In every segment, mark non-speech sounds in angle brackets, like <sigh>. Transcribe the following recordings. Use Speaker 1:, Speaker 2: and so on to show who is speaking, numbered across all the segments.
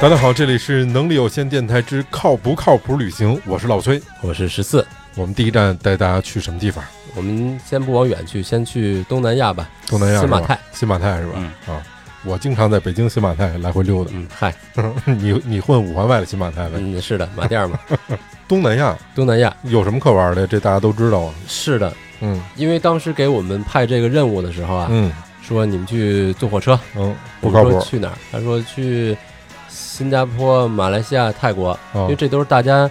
Speaker 1: 大家好，这里是能力有限电台之靠不靠谱旅行，我是老崔。
Speaker 2: 我是十四。
Speaker 1: 我们第一站带大家去什么地方？
Speaker 2: 我们先不往远去，先去东南亚吧。
Speaker 1: 东南亚是
Speaker 2: 新马
Speaker 1: 吧？
Speaker 2: 泰。
Speaker 1: 新马泰是吧？啊，我经常在北京新马泰来回溜达。
Speaker 2: 嗯，嗨，
Speaker 1: 你你混五环外的新马泰呗？
Speaker 2: 嗯，是的，马
Speaker 1: <laughs>
Speaker 2: 甸儿嘛，
Speaker 1: 东南亚
Speaker 2: 东南亚
Speaker 1: 有什么可玩的？这大家都知道啊。
Speaker 2: 是的。
Speaker 1: 嗯
Speaker 2: 因为当时给我们派这个任务的时候啊，
Speaker 1: 嗯
Speaker 2: 说你们去坐火车，
Speaker 1: 嗯，不
Speaker 2: 我们
Speaker 1: 靠
Speaker 2: 说
Speaker 1: 谱
Speaker 2: 去哪儿？他说去新加坡、马来西亚、泰国，因
Speaker 1: 啊
Speaker 2: 为，这都是大家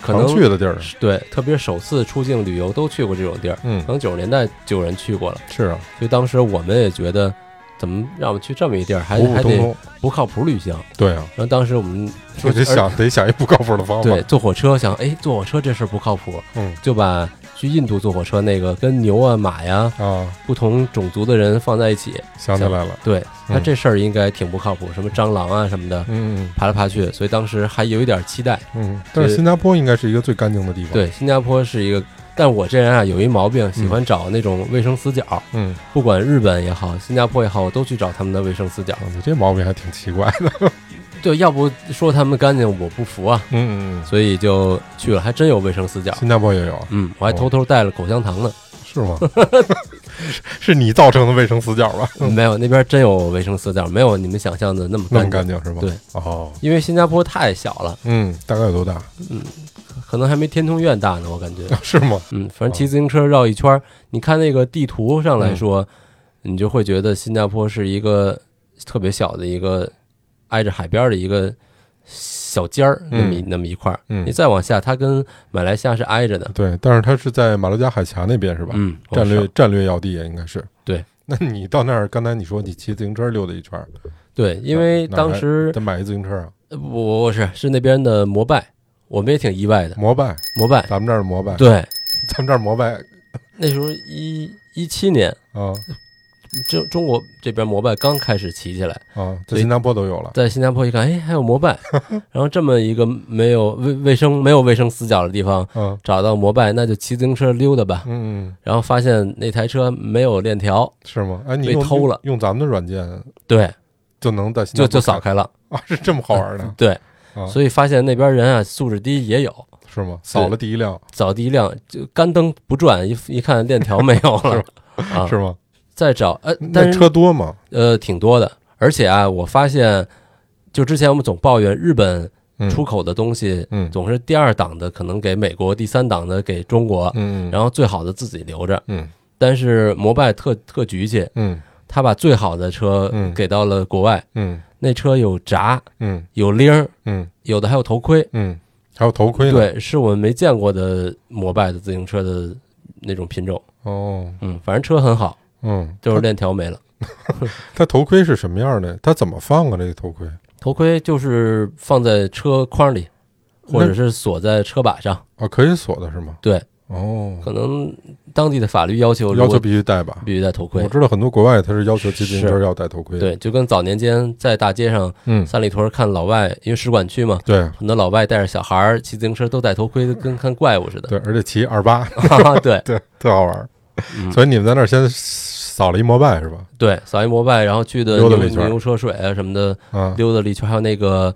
Speaker 2: 可
Speaker 1: 常
Speaker 2: 能
Speaker 1: 去的地儿。
Speaker 2: 对，特别首次出境旅游都去过这种地儿，
Speaker 1: 嗯
Speaker 2: 可，能九十年代就有人去过了，
Speaker 1: 是啊，
Speaker 2: 所以当时我们也觉得，怎么让我们去这么一地儿，还
Speaker 1: 普普
Speaker 2: 还
Speaker 1: 通
Speaker 2: 得
Speaker 1: 通。
Speaker 2: 不靠谱旅行。
Speaker 1: 对啊，
Speaker 2: 然后当时我们
Speaker 1: 我
Speaker 2: 说
Speaker 1: 得
Speaker 2: 而
Speaker 1: 想得想一不靠谱的方法。
Speaker 2: 对，坐火车想，哎，坐火车这事儿不靠谱，
Speaker 1: 嗯
Speaker 2: 就把去印度坐火车那个跟牛啊、马呀、
Speaker 1: 啊，
Speaker 2: 不同种族的人放在一起，
Speaker 1: 想起来了。
Speaker 2: 对，那
Speaker 1: 嗯
Speaker 2: 这事儿应该挺不靠谱，什么蟑螂啊什么的，
Speaker 1: 嗯
Speaker 2: 爬来爬去，所以当时还有一点期待。
Speaker 1: 嗯嗯，但是新加坡应该是一个最干净的地方。，
Speaker 2: 对，新加坡是一个，但我这人啊有一毛病，喜欢找那种卫生死角，
Speaker 1: 嗯，
Speaker 2: 不管日本也好，新加坡也好，我都去找他们的卫生死角
Speaker 1: 啊。你这毛病还挺奇怪的。
Speaker 2: 对，要不说他们干净，我不服啊，
Speaker 1: 嗯嗯嗯。
Speaker 2: 所以就去了，还真有卫生死角。
Speaker 1: 新加坡也有，
Speaker 2: 嗯，我还偷偷带了口香糖呢。
Speaker 1: 是吗？ <laughs> 是是你造成的卫生死角吧？
Speaker 2: 没有，那边真有卫生死角，没有你们想象的那么
Speaker 1: 哦那么
Speaker 2: 干净。
Speaker 1: 干净是吧？
Speaker 2: 对，
Speaker 1: 哦，
Speaker 2: 因为新加坡太小了，
Speaker 1: 嗯，大概有多大？
Speaker 2: 可能还没天通苑大呢，我感觉。
Speaker 1: <laughs> 是吗？
Speaker 2: 嗯，反正骑自行车绕一圈儿，你看那个地图上来
Speaker 1: 哦
Speaker 2: 说，你就会觉得新加坡是一个特别小的一个挨着海边儿的一个小尖儿，那么一、那么一块儿。
Speaker 1: 嗯
Speaker 2: 你再往下，它跟马来西亚是挨着的。
Speaker 1: 对，但是它是在马六甲海峡那边是吧？
Speaker 2: 嗯，
Speaker 1: 战
Speaker 2: 往
Speaker 1: 略
Speaker 2: 上
Speaker 1: 战略要地也应该是。
Speaker 2: 对，
Speaker 1: 那你到那儿，刚才你说你骑自行车溜达一圈儿，
Speaker 2: 对，因为
Speaker 1: 哪儿
Speaker 2: 当时
Speaker 1: 得买一自行车啊？
Speaker 2: 呃我我是是那边的摩拜，我们也挺意外的。
Speaker 1: 摩拜，
Speaker 2: 摩拜，
Speaker 1: 咱们这儿的摩拜，
Speaker 2: 对，
Speaker 1: 咱们这儿摩拜
Speaker 2: 那时候一一七年，
Speaker 1: 啊
Speaker 2: 中中国这边摩拜刚开始起起来。
Speaker 1: 啊，在
Speaker 2: 对
Speaker 1: 新加坡都有了。
Speaker 2: 在新加坡一看，哎，还有摩
Speaker 1: <laughs>
Speaker 2: 拜，然后这么一个没有卫卫生没有卫生死角的地方，
Speaker 1: 嗯
Speaker 2: 找到摩拜，那就骑自行车溜达吧。
Speaker 1: 嗯，嗯，
Speaker 2: 然后发现那台车没有链条，
Speaker 1: 是吗？哎，你
Speaker 2: 被
Speaker 1: 用
Speaker 2: 偷了
Speaker 1: 用用咱们的软件
Speaker 2: 对，
Speaker 1: 就能在新加
Speaker 2: 就
Speaker 1: 坡
Speaker 2: 就扫
Speaker 1: 看
Speaker 2: 开了，
Speaker 1: 啊？是这么好玩
Speaker 2: <laughs>
Speaker 1: 的？
Speaker 2: 对，
Speaker 1: 啊
Speaker 2: 所以发现那边人啊素质低也有，
Speaker 1: 是吗？扫了第一辆
Speaker 2: 找第一辆就干灯不转，一一看链条没有了
Speaker 1: 是
Speaker 2: 啊
Speaker 1: 是，吗？
Speaker 2: 再找呃，但
Speaker 1: 那
Speaker 2: 是
Speaker 1: 车多吗？
Speaker 2: 呃挺多的，而且啊，我发现就之前我们总抱怨日本
Speaker 1: 嗯
Speaker 2: 出口的东西
Speaker 1: 嗯
Speaker 2: 总是第二档的可能给美国，第三档的给中国，
Speaker 1: 嗯
Speaker 2: 然后最好的自己留着。
Speaker 1: 嗯
Speaker 2: 但是摩拜特特局气，
Speaker 1: 嗯
Speaker 2: 他把最好的车
Speaker 1: 嗯
Speaker 2: 给到了国外，
Speaker 1: 嗯
Speaker 2: 那车有闸，
Speaker 1: 嗯
Speaker 2: 有铃儿，
Speaker 1: 嗯
Speaker 2: 有的还有头盔。
Speaker 1: 嗯，还有头盔呢。
Speaker 2: 对，是我们没见过的摩拜的自行车的那种品种。
Speaker 1: 哦，
Speaker 2: 嗯，反正车很好，
Speaker 1: 嗯，
Speaker 2: 就是链条没了。
Speaker 1: 它头盔是什么样的？它怎么放啊？这个头盔
Speaker 2: 头盔就是放在车筐里，或者是锁在车把上。
Speaker 1: 啊，可以锁的是吗？
Speaker 2: 对，
Speaker 1: 哦，
Speaker 2: 可能当地的法律要求，
Speaker 1: 要求必须戴吧？
Speaker 2: 必须戴头盔
Speaker 1: 我。知道很多国外它是要求骑自行车
Speaker 2: 是
Speaker 1: 要戴头盔。，
Speaker 2: 对，就跟早年间在大街上
Speaker 1: 嗯，
Speaker 2: 三里屯看老外，因为使馆区嘛，
Speaker 1: 对
Speaker 2: 很多老外带着小孩儿骑自行车都戴头盔，跟看怪物似的。
Speaker 1: 对，而且骑二八，
Speaker 2: 对 <laughs> 对
Speaker 1: 对，特好玩儿。
Speaker 2: 嗯
Speaker 1: 所以你们在那儿先扫了一摩拜是吧？
Speaker 2: 对，扫一膜拜，然后去的
Speaker 1: 溜达
Speaker 2: 牛
Speaker 1: 了一圈儿
Speaker 2: 牛车水啊什么的，
Speaker 1: 啊，
Speaker 2: 溜达了一圈，还有那个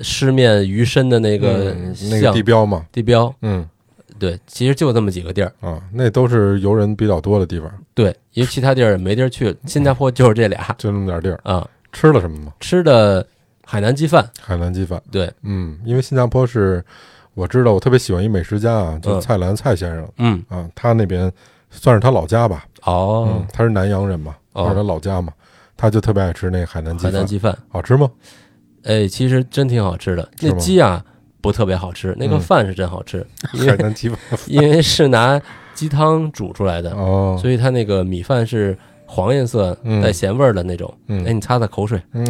Speaker 2: 狮面鱼身的那个
Speaker 1: 嗯那个
Speaker 2: 像
Speaker 1: 地标嘛，
Speaker 2: 地标。
Speaker 1: 嗯
Speaker 2: 对，其实就这么几个地儿。
Speaker 1: 啊，那都是游人比较多的地方，
Speaker 2: 对，因为其他地儿没地儿去，
Speaker 1: 嗯
Speaker 2: 新加坡就是这俩
Speaker 1: 就那么点儿地儿。
Speaker 2: 啊。
Speaker 1: 吃了什么吗？
Speaker 2: 吃的海南鸡饭，
Speaker 1: 海南鸡饭。
Speaker 2: 对，
Speaker 1: 嗯，因为新加坡是我知道，我特别喜欢一美食家啊，就是
Speaker 2: 嗯
Speaker 1: 蔡澜蔡先生
Speaker 2: 嗯，
Speaker 1: 啊，他那边算是他老家吧，
Speaker 2: 哦
Speaker 1: 嗯，，他是南洋人嘛，
Speaker 2: 哦
Speaker 1: 或者他老家嘛，他就特别爱吃那海南嗯鸡
Speaker 2: 海南
Speaker 1: 饭，啊
Speaker 2: 鸡饭，
Speaker 1: 好吃吗？
Speaker 2: 哎，其实真挺好吃的。
Speaker 1: 是
Speaker 2: 那
Speaker 1: 吗
Speaker 2: 鸡啊不特别好吃，那个
Speaker 1: 嗯
Speaker 2: 饭是真好吃， <laughs> 因为
Speaker 1: 海南鸡饭
Speaker 2: 因为是拿鸡汤煮出来的，
Speaker 1: <laughs> 哦，
Speaker 2: 所以它那个米饭是黄颜色
Speaker 1: 嗯
Speaker 2: 带咸味儿的那种。哎，
Speaker 1: 嗯
Speaker 2: 你擦擦口水。
Speaker 1: 嗯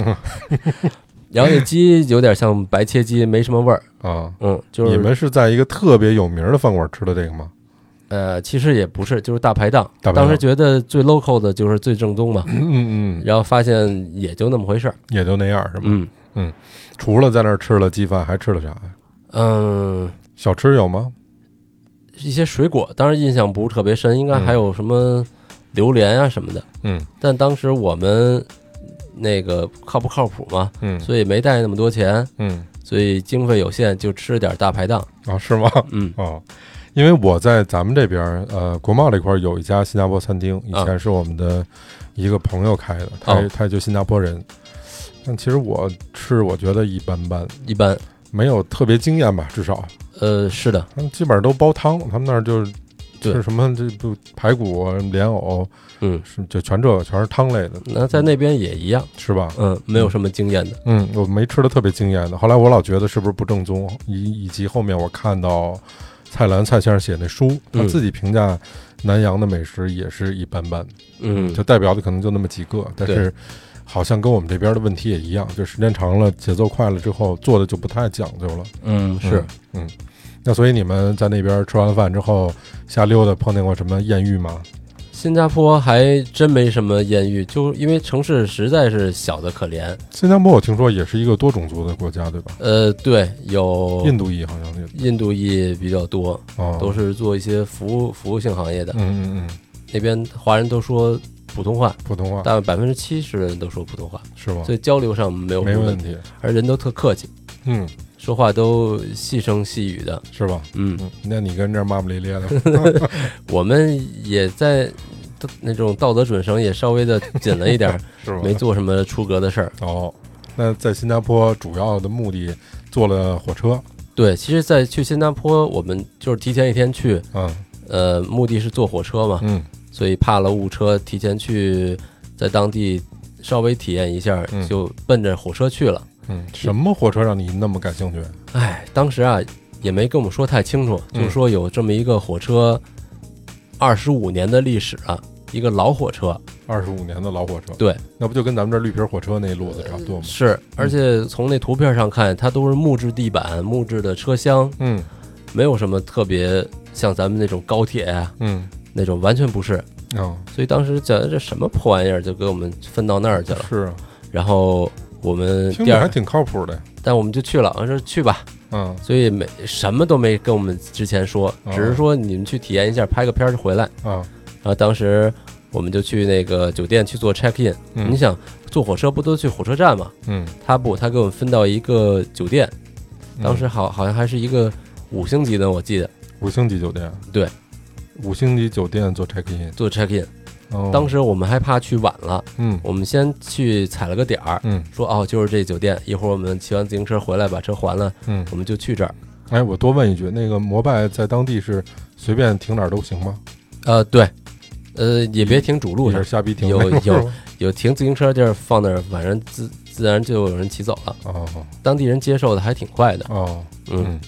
Speaker 2: 然后那鸡有点像白切鸡，没什么味儿。
Speaker 1: 啊，
Speaker 2: 嗯，就
Speaker 1: 你
Speaker 2: 是
Speaker 1: 们是在一个特别有名的饭馆吃的这个吗？
Speaker 2: 呃，其实也不是，就是大排档。
Speaker 1: 大排档
Speaker 2: 当时觉得最 local 的就是最正宗嘛，
Speaker 1: 嗯嗯嗯，
Speaker 2: 然后发现也就那么回事儿。
Speaker 1: 也就那样是吧？
Speaker 2: 嗯
Speaker 1: 除了在那儿吃了鸡饭，还吃了啥呀？
Speaker 2: 嗯，
Speaker 1: 小吃有吗？
Speaker 2: 一些水果，当然印象不是特别深，应该还有什么榴莲啊什么的。
Speaker 1: 嗯
Speaker 2: 但当时我们那个靠不靠谱嘛，
Speaker 1: 嗯
Speaker 2: 所以没带那么多钱，
Speaker 1: 嗯
Speaker 2: 所以经费有限，就吃了点大排档。
Speaker 1: 啊，是吗？
Speaker 2: 嗯
Speaker 1: 哦，因为我在咱们这边儿，呃，国贸这块儿有一家新加坡餐厅，以前是我们的一个朋友开的，他
Speaker 2: 嗯哦
Speaker 1: 他就新加坡人，但其实我吃我觉得一般般，
Speaker 2: 一般，
Speaker 1: 没有特别惊艳吧，至少
Speaker 2: 呃，是的，
Speaker 1: 他们基本上都煲汤，他们那儿就是
Speaker 2: 对
Speaker 1: 吃什么这不排骨、啊莲藕，
Speaker 2: 嗯，
Speaker 1: 是就全这个全是汤类的，
Speaker 2: 那在那边也一样，
Speaker 1: 是吧？
Speaker 2: 嗯，没有什么经验的，
Speaker 1: 嗯，我没吃的特别惊艳的。后来我老觉得是不是不正宗，以以及后面我看到蔡澜蔡先生写那书，他
Speaker 2: 嗯
Speaker 1: 自己评价南洋的美食也是一般般，
Speaker 2: 嗯，
Speaker 1: 就代表的可能就那么几个，但是好像跟我们这边的问题也一样，就时间长了，节奏快了之后，做的就不太讲究了。
Speaker 2: 嗯是，
Speaker 1: 嗯，嗯。那所以你们在那边吃完饭之后瞎溜达，碰见过什么艳遇吗？
Speaker 2: 新加坡还真没什么艳遇，就因为城市实在是小的可怜。
Speaker 1: 新加坡我听说也是一个多种族的国家，对吧？
Speaker 2: 呃，对，有
Speaker 1: 印度裔好像是
Speaker 2: 印度裔比较多，
Speaker 1: 哦，
Speaker 2: 哦都
Speaker 1: 是
Speaker 2: 是做一些服务服务性行业的。
Speaker 1: 嗯嗯嗯，
Speaker 2: 那边华人都说普通话，
Speaker 1: 普通话
Speaker 2: 大概百分之七十人都说普通话，
Speaker 1: 是吗？
Speaker 2: 所以交流上没有什
Speaker 1: 哦没
Speaker 2: 么
Speaker 1: 问
Speaker 2: 问题，
Speaker 1: 题，
Speaker 2: 而人都特客气，
Speaker 1: 嗯，
Speaker 2: 说话都细声细语的。
Speaker 1: 是吧？
Speaker 2: 嗯，
Speaker 1: 嗯，那你跟这儿骂骂咧咧
Speaker 2: <laughs>
Speaker 1: 的，
Speaker 2: 我们也在都那种道德准绳也稍微的紧了
Speaker 1: <laughs>
Speaker 2: 一点儿，
Speaker 1: 是吧？
Speaker 2: 没做什么出格的事儿。
Speaker 1: 哦，那在新加坡主要的目的坐了火车，
Speaker 2: 对，其实，在去新加坡，我们就是提前一天去，
Speaker 1: 嗯
Speaker 2: 呃，目的是坐火车嘛，
Speaker 1: 嗯
Speaker 2: 所以怕了误车，提前去在当地稍微体验一下
Speaker 1: 嗯，
Speaker 2: 就奔着火车去了。
Speaker 1: 嗯，什么火车让你那么感兴趣？
Speaker 2: 哎，当时啊也没跟我们说太清楚，
Speaker 1: 嗯
Speaker 2: 就说有这么一个火车，二十五年的历史啊，一个老火车，
Speaker 1: 二十五年的老火车，
Speaker 2: 对，
Speaker 1: 那不就跟咱们这绿皮火车那路子差不多吗？
Speaker 2: 是，而且从那图片上看，它都是木质地板、木质的车厢，
Speaker 1: 嗯
Speaker 2: 没有什么特别像咱们那种高铁呀、
Speaker 1: 嗯
Speaker 2: 那种完全不是。
Speaker 1: 啊，
Speaker 2: 所以当时觉得这什么破玩意儿，就给我们分到那儿去了。
Speaker 1: 是啊
Speaker 2: 然后我们
Speaker 1: 听
Speaker 2: 第
Speaker 1: 着还
Speaker 2: 二，
Speaker 1: 挺靠谱的，
Speaker 2: 但我们就去了，我说去吧，
Speaker 1: 嗯
Speaker 2: 所以没什么都没跟我们之前说，
Speaker 1: 哦
Speaker 2: 只是说你们去体验一下，拍个片儿就回来。
Speaker 1: 啊，
Speaker 2: 然后当时我们就去那个酒店去做 check in，、
Speaker 1: 嗯
Speaker 2: 你想坐火车不都去火车站吗？
Speaker 1: 嗯，
Speaker 2: 他不，他给我们分到一个酒店，
Speaker 1: 嗯
Speaker 2: 当时好好像还是一个五星级的，我记得
Speaker 1: 五星级酒店，
Speaker 2: 对，
Speaker 1: 五星级酒店做 check in，
Speaker 2: 做 check in。
Speaker 1: 哦
Speaker 2: 当时我们还怕去晚了，
Speaker 1: 嗯
Speaker 2: 我们先去踩了个点儿，
Speaker 1: 嗯
Speaker 2: 说哦就是这酒店，一会儿我们骑完自行车回来把车还了，
Speaker 1: 嗯，
Speaker 2: 我们就去这儿。
Speaker 1: 哎，我多问一句，那个摩拜在当地是随便停哪儿都行吗？
Speaker 2: 呃，对，呃也
Speaker 1: 嗯
Speaker 2: 别停主路
Speaker 1: 也
Speaker 2: 上
Speaker 1: 是，瞎逼停的，
Speaker 2: 有
Speaker 1: 是吗
Speaker 2: 有停自行车的地儿放那儿，晚上自自然就有人骑走了。
Speaker 1: 哦
Speaker 2: 当地人接受的还挺快的，
Speaker 1: 哦，
Speaker 2: 嗯。
Speaker 1: 嗯，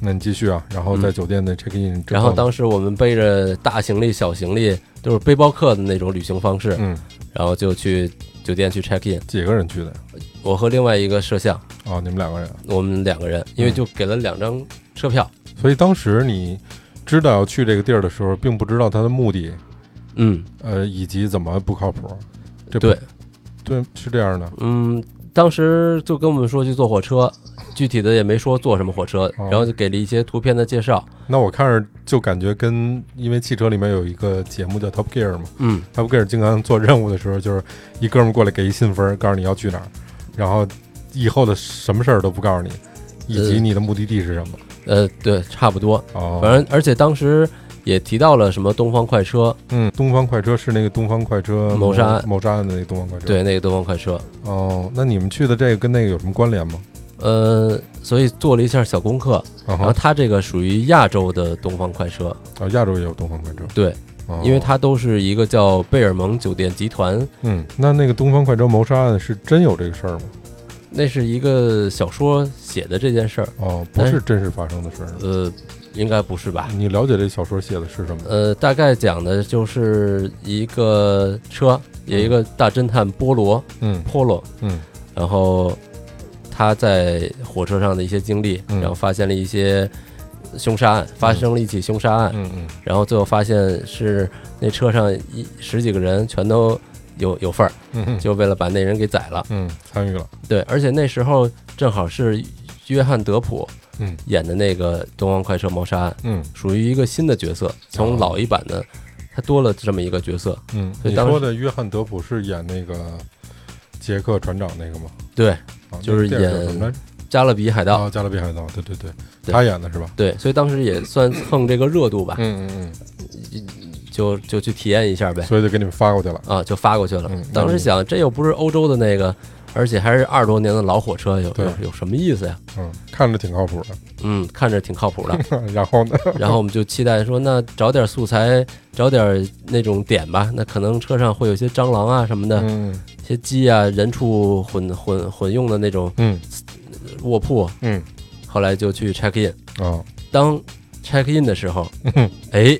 Speaker 1: 那你继续啊，然后在酒店的 check in，之
Speaker 2: 然后
Speaker 1: 呢
Speaker 2: 当时我们背着大行李、小行李，都是背包客的那种旅行方式，
Speaker 1: 嗯
Speaker 2: 然后就去酒店去 check in。
Speaker 1: 几个人去的？
Speaker 2: 我和另外一个摄像，
Speaker 1: 哦，你们两个人，
Speaker 2: 我们两个人，因为就给了两张车票，
Speaker 1: 所以当时你知道要去这个地儿的时候，并不知道它的目的，
Speaker 2: 嗯，
Speaker 1: 呃，以及怎么不靠谱，这不
Speaker 2: 对，
Speaker 1: 对是这样的，
Speaker 2: 嗯，当时就跟我们说去坐火车，具体的也没说坐什么火车，
Speaker 1: 哦
Speaker 2: 然后就给了一些图片的介绍，
Speaker 1: 那我看着就感觉跟因为汽车里面有一个节目叫 Top Gear 嘛
Speaker 2: 嗯，
Speaker 1: ，Top Gear 经常做任务的时候，就是一哥们儿过来给一信封，告诉你要去哪儿，然后以后的什么事儿都不告诉你，以及
Speaker 2: 呃
Speaker 1: 你的目的地是什么。
Speaker 2: 呃，对，差不多，
Speaker 1: 哦，
Speaker 2: 反正而且当时也提到了什么东方快车，
Speaker 1: 嗯，东方快车是那个东方快车
Speaker 2: 谋杀案
Speaker 1: 谋杀案的那个东方快车。，
Speaker 2: 对，那个东方快车，
Speaker 1: 哦，那你们去的这个跟那个有什么关联吗？
Speaker 2: 呃，所以做了一下小功课，
Speaker 1: 啊
Speaker 2: 然
Speaker 1: 哈
Speaker 2: 后，它这个属于亚洲的东方快车，
Speaker 1: 啊，亚洲也有东方快车。
Speaker 2: 对，
Speaker 1: 哦
Speaker 2: 因为它都是一个叫贝尔蒙酒店集团，
Speaker 1: 嗯，那那个东方快车谋杀案是真有这个事儿吗？
Speaker 2: 那是一个小说写的这件事儿，
Speaker 1: 哦，不
Speaker 2: 哎
Speaker 1: 是真实发生的事儿。
Speaker 2: 呃，应该不是吧？
Speaker 1: 你了解这小说写的是什么？
Speaker 2: 呃，大概讲的就是一个车，有一个大侦探波罗
Speaker 1: 嗯
Speaker 2: Polo，
Speaker 1: 嗯
Speaker 2: 然后他在火车上的一些经历，
Speaker 1: 嗯
Speaker 2: 然后发现了一些凶杀案，发生了一起凶杀案，
Speaker 1: 嗯嗯，
Speaker 2: 然后最后发现是那车上一十几个人全都有有份儿，
Speaker 1: 嗯嗯
Speaker 2: 就为了把那人给宰了。
Speaker 1: 嗯，参与了。
Speaker 2: 对，而且那时候正好是约翰·德普
Speaker 1: 嗯
Speaker 2: 演的那个《东方快车谋杀案
Speaker 1: 嗯》，
Speaker 2: 属于一个新的角色，
Speaker 1: 哦
Speaker 2: 从老一版的他多了这么一个角色。
Speaker 1: 嗯，
Speaker 2: 所以
Speaker 1: 你
Speaker 2: 当时
Speaker 1: 说的约翰·德普是演那个杰克船长那个吗？
Speaker 2: 对
Speaker 1: 啊，
Speaker 2: 就是
Speaker 1: 那个电影
Speaker 2: 演
Speaker 1: 叫什么来着？
Speaker 2: 加勒比海盗，
Speaker 1: 啊，加勒比海盗，对对对，
Speaker 2: 对
Speaker 1: 他演的是吧？
Speaker 2: 对，所以当时也算蹭这个热度吧，
Speaker 1: 嗯嗯
Speaker 2: 就就去体验一下呗
Speaker 1: 嗯，，所以就给你们发过去了。
Speaker 2: 啊，就发过去了
Speaker 1: 嗯。
Speaker 2: 当时想，这又不是欧洲的那个，而且还是二十多年的老火车，有
Speaker 1: 对
Speaker 2: 有有什么意思呀？
Speaker 1: 嗯，看着挺靠谱
Speaker 2: 嗯，看着挺靠
Speaker 1: <laughs>
Speaker 2: 谱的。
Speaker 1: 的。 <laughs> 然后呢？
Speaker 2: 然后我们就期待说，那找点素材，找点那种点吧。那可能车上会有一些蟑螂啊什么的，
Speaker 1: 嗯
Speaker 2: 一些鸡啊，人畜混混混用的那种
Speaker 1: <laughs> 嗯
Speaker 2: 卧铺。
Speaker 1: 嗯
Speaker 2: 后来就去 check in，
Speaker 1: 啊，
Speaker 2: 当 check in 的时候，
Speaker 1: 哼
Speaker 2: 哎，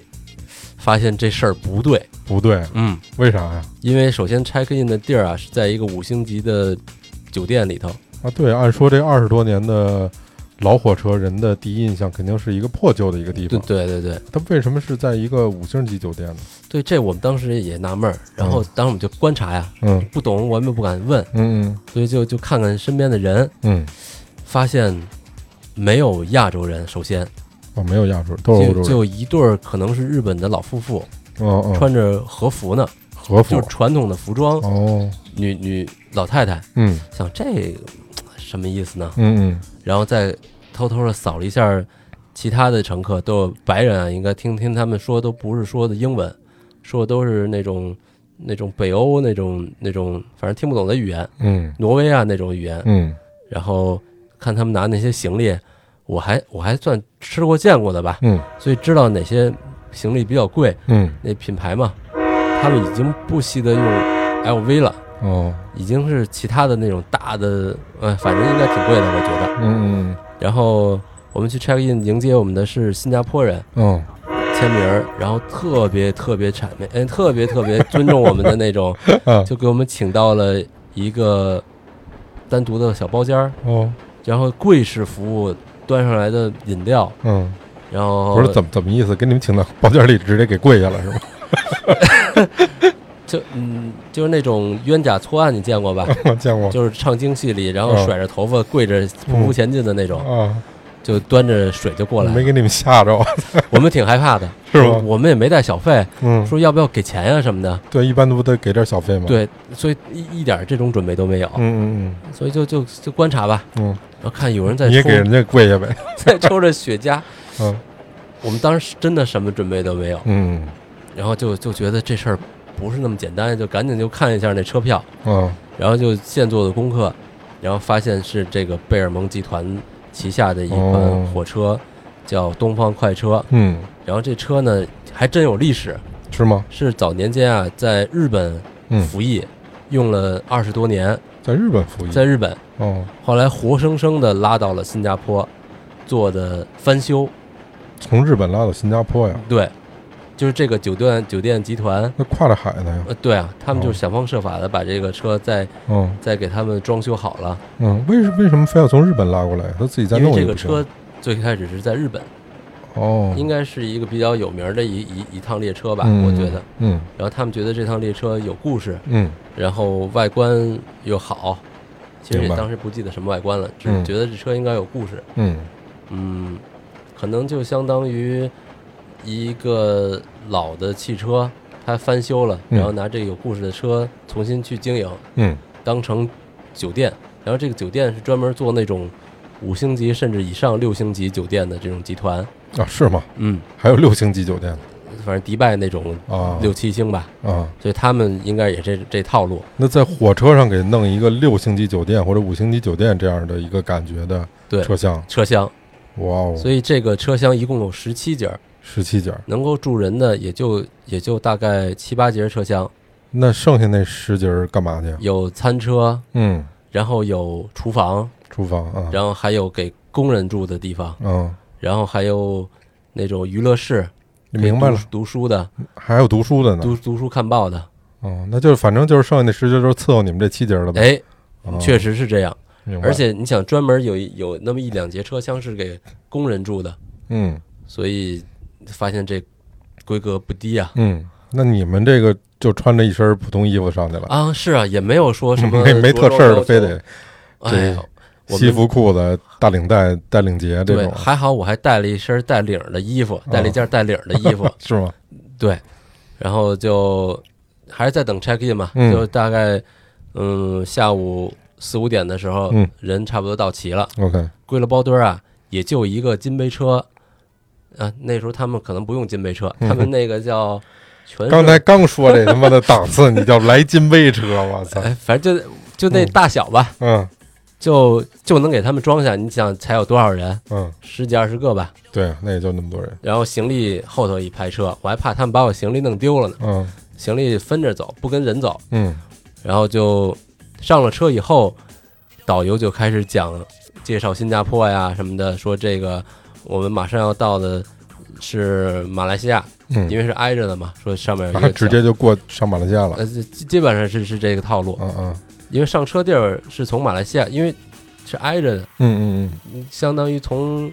Speaker 2: 发现这事儿不对，
Speaker 1: 不对，
Speaker 2: 嗯，
Speaker 1: 为啥呀？
Speaker 2: 因为首先 check in 的地儿啊是在一个五星级的酒店里头，
Speaker 1: 啊，对，按说这二十多年的老火车，人的第一印象肯定是一个破旧的一个地
Speaker 2: 对
Speaker 1: 方。
Speaker 2: 对对对
Speaker 1: 他为什么是在一个五星级酒店呢？
Speaker 2: 对，这我们当时也纳闷儿，然后当时我们就观察呀，
Speaker 1: 嗯
Speaker 2: 不懂我们也不敢问，
Speaker 1: 嗯
Speaker 2: 所以就就看看身边的人，
Speaker 1: 嗯，
Speaker 2: 发现没有亚洲人，首先
Speaker 1: 哦，没有亚洲，都是欧
Speaker 2: 就
Speaker 1: 洲人。
Speaker 2: 就一对儿可能是日本的老夫妇，
Speaker 1: 哦哦，
Speaker 2: 穿着和服呢，
Speaker 1: 和服
Speaker 2: 就是。传统的服装，
Speaker 1: 哦，
Speaker 2: 女女老太太，
Speaker 1: 嗯
Speaker 2: 想这呃什么意思呢？
Speaker 1: 嗯
Speaker 2: 然后再偷偷的扫了一下其他的乘客，都有白人啊，应该听听他们说都不是说的英文，说的都是那种那种北欧那种那种，反正听不懂的语言，
Speaker 1: 嗯
Speaker 2: 挪威啊那种语言
Speaker 1: 嗯。嗯
Speaker 2: 然后看他们拿那些行李，我还我还算吃过见过的吧，
Speaker 1: 嗯
Speaker 2: 所以知道哪些行李比较贵，
Speaker 1: 嗯
Speaker 2: 那品牌嘛，他们已经不惜得用 LV 了。
Speaker 1: 哦
Speaker 2: 已经是其他的那种大的，呃，反正应该挺贵的，我觉得。
Speaker 1: 嗯
Speaker 2: 然后我们去 check in 迎接我们的是新加坡人
Speaker 1: 嗯哦
Speaker 2: 签名儿，然后特别特别谄媚，嗯、特
Speaker 1: <laughs>
Speaker 2: 别特别尊重我们的那种
Speaker 1: 嗯，
Speaker 2: 就给我们请到了一个单独的小包间儿，
Speaker 1: 哦
Speaker 2: 然后贵式服务端上来的饮料，
Speaker 1: 嗯，
Speaker 2: 然后
Speaker 1: 不是怎么怎么意思？给你们请到包间里直接给跪下了是吧？
Speaker 2: 就嗯就是那种冤假错案，你见过吧？
Speaker 1: <laughs> 我见过
Speaker 2: 就是唱京戏里，然后
Speaker 1: 嗯
Speaker 2: 甩着头发跪着匍匐前进的那种，
Speaker 1: 啊，
Speaker 2: 就端着水就过来了
Speaker 1: 没给你们吓
Speaker 2: <laughs>
Speaker 1: 着，
Speaker 2: 我们挺害怕的，
Speaker 1: 是吗
Speaker 2: 我我们也没带小费，
Speaker 1: 嗯，
Speaker 2: 说要不要给钱呀、什么的。
Speaker 1: 对，一般都不得给点小费吗？，
Speaker 2: 对，所以一一点这种准备都没有，
Speaker 1: 嗯嗯
Speaker 2: 所以就就就观察吧，
Speaker 1: 嗯
Speaker 2: 然后看有人
Speaker 1: 嗯，
Speaker 2: 在
Speaker 1: 你也
Speaker 2: 抽
Speaker 1: 给人家跪下呗，
Speaker 2: <laughs> 在抽着雪茄，
Speaker 1: 嗯
Speaker 2: 我们当时真的什么准备都没有，
Speaker 1: 嗯
Speaker 2: 然后就就觉得这事儿不是那么简单，就赶紧就看一下那车票，
Speaker 1: 嗯
Speaker 2: 然后就现做的功课，然后发现是这个贝尔蒙集团旗下的一款
Speaker 1: 哦
Speaker 2: 火车，叫东方快车，
Speaker 1: 嗯，
Speaker 2: 然后这车呢还真有历史，
Speaker 1: 是吗？
Speaker 2: 是早年间啊，在日本
Speaker 1: 嗯，
Speaker 2: 服役，用了二十多年，
Speaker 1: 在日本服役，
Speaker 2: 在日本，
Speaker 1: 哦，
Speaker 2: 后来活生生的拉到了新加坡，做的翻修。
Speaker 1: 从日本拉到新加坡呀，
Speaker 2: 对，就是这个酒店酒店集团，
Speaker 1: 那跨着海呢呀，
Speaker 2: 呃，对啊，他
Speaker 1: 哦
Speaker 2: 们就是想方设法的把这个车再
Speaker 1: 嗯
Speaker 2: 再给他们装修好了，
Speaker 1: 嗯，为什为什么非要从日本拉过来？他自己再
Speaker 2: 因为
Speaker 1: 弄
Speaker 2: 这
Speaker 1: 一
Speaker 2: 个车最开始是在日本，
Speaker 1: 哦，
Speaker 2: 应该是一个比较有名的一一一趟列车吧，
Speaker 1: 嗯
Speaker 2: 我觉得。，
Speaker 1: 嗯
Speaker 2: 然后他们觉得这趟列车有故事，
Speaker 1: 嗯
Speaker 2: 然后外观又好，其实也
Speaker 1: 明白
Speaker 2: 当时不记得什么外观了，只是
Speaker 1: 嗯
Speaker 2: 觉得这车应该有故事。
Speaker 1: 嗯
Speaker 2: 嗯，可能就相当于一个老的汽车，它翻修了，
Speaker 1: 嗯
Speaker 2: 然后拿这个有故事的车重新去经营，
Speaker 1: 嗯
Speaker 2: 当成酒店。然后这个酒店是专门做那种五星级甚至以上六星级酒店的这种集团。
Speaker 1: 啊，是吗？
Speaker 2: 嗯，
Speaker 1: 还有六星级酒店呢
Speaker 2: 反正迪拜那种
Speaker 1: 啊
Speaker 2: 六七星吧，
Speaker 1: 啊，
Speaker 2: 所以他们应该也这这套路。
Speaker 1: 那在火车上给弄一个六星级酒店或者五星级酒店这样的一个感觉的
Speaker 2: 对，
Speaker 1: 车厢，
Speaker 2: 车厢，
Speaker 1: 哇哦，
Speaker 2: 所以这个车厢一共有十七节儿，
Speaker 1: 十七节儿，
Speaker 2: 能够住人的也就也就大概七八节儿车厢，
Speaker 1: 那剩下那十节儿干嘛去呀？
Speaker 2: 有餐车，
Speaker 1: 嗯，
Speaker 2: 然后有厨房，
Speaker 1: 厨房啊，
Speaker 2: 然后还有给工人住的地方，
Speaker 1: 嗯，
Speaker 2: 然后还有那种娱乐室，
Speaker 1: 你明白
Speaker 2: 可以
Speaker 1: 了，嗯
Speaker 2: 读读书的，
Speaker 1: 还有读书的呢，
Speaker 2: 读读书看报的，
Speaker 1: 哦，那就是反正就是剩下那十节儿就是伺候你们这七节儿了呗，
Speaker 2: 哎，
Speaker 1: 哦
Speaker 2: 确实是这样。
Speaker 1: 明白
Speaker 2: 而且你想，专门有一有那么一两节车厢是给工人住的，
Speaker 1: 嗯
Speaker 2: 所以发现这规格不低啊。
Speaker 1: 嗯，那你们这个就穿着一身普通衣服上去了，
Speaker 2: 啊，是啊，也没有说什么
Speaker 1: <laughs> 没没特
Speaker 2: 着装
Speaker 1: 事儿
Speaker 2: 要
Speaker 1: 的，非
Speaker 2: 求
Speaker 1: 得
Speaker 2: 哎呀，我
Speaker 1: 西
Speaker 2: 们
Speaker 1: 服裤子、大领带、带领结这
Speaker 2: 对，
Speaker 1: 种，哦
Speaker 2: 还好我还带了一身带领儿的衣服，带了一件带领儿的衣服，
Speaker 1: 是吗？
Speaker 2: 对，然后就还是在等 check in 嘛，
Speaker 1: 嗯
Speaker 2: 就大概嗯，下午四五点的时候，
Speaker 1: 嗯
Speaker 2: 人差不多到齐了，
Speaker 1: ，OK，
Speaker 2: 归了包堆儿啊，也就一个金杯车，啊，那时候他们可能不用金杯车，他们那
Speaker 1: <laughs>
Speaker 2: 个叫全
Speaker 1: 嗯
Speaker 2: 是
Speaker 1: 刚才刚说这他妈的档次，你就来金杯车，我操，
Speaker 2: 哎，反正就就那大小吧，
Speaker 1: 嗯
Speaker 2: 就就能给他们装下。你想才有多少人？
Speaker 1: 嗯，
Speaker 2: 十几二十个吧。
Speaker 1: 对，那也就那么多人，
Speaker 2: 然后行李后头一排车，我还怕他们把我行李弄丢了呢。
Speaker 1: 嗯
Speaker 2: 行李分着走，不跟人走。
Speaker 1: 嗯
Speaker 2: 然后就上了车以后，导游就开始讲介绍新加坡呀什么的，说这个我们马上要到的是马来西亚，因
Speaker 1: 嗯，
Speaker 2: 为是挨着的嘛。说上面有一
Speaker 1: 然后
Speaker 2: 个
Speaker 1: 嗯啊直
Speaker 2: 小
Speaker 1: 接就过上马来西亚了，
Speaker 2: 呃，基基本上是是这个套路，
Speaker 1: 嗯嗯
Speaker 2: 因为上车地儿是从马来西亚，因为是挨着的，
Speaker 1: 嗯嗯
Speaker 2: 相当于从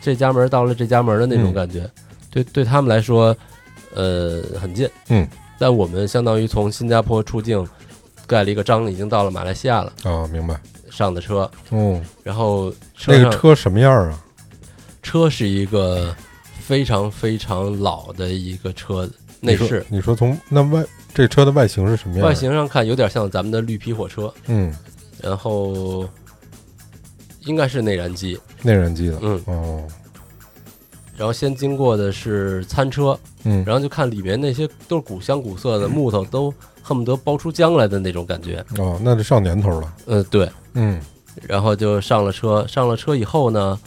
Speaker 2: 这家门到了这家门的那种
Speaker 1: 嗯
Speaker 2: 感觉。对，对他们来说，呃，很近。
Speaker 1: 嗯，
Speaker 2: 但我们相当于从新加坡出境，盖了一个章，已经到了马来西亚了，
Speaker 1: 嗯，啊，明白，
Speaker 2: 上的车，
Speaker 1: 哦，
Speaker 2: 然后车
Speaker 1: 那
Speaker 2: 上
Speaker 1: 个车什么样啊？
Speaker 2: 车是一个非常非常老的一个车子，内
Speaker 1: 你说
Speaker 2: 饰。
Speaker 1: 你说从那外这车的外形是什么样？
Speaker 2: 外，形上看有点像咱们的绿皮火车，
Speaker 1: 嗯，
Speaker 2: 然后应该是内燃机，
Speaker 1: 内燃机的，
Speaker 2: 嗯，
Speaker 1: 哦，
Speaker 2: 然后先经过的是餐车，
Speaker 1: 嗯
Speaker 2: 然后就看里面那些都是古香古色的木头，都恨不得包出浆来的那种感觉。
Speaker 1: 哦，那就上年头了，
Speaker 2: 嗯，对。
Speaker 1: 嗯
Speaker 2: 然后就上了车，上了车以后呢，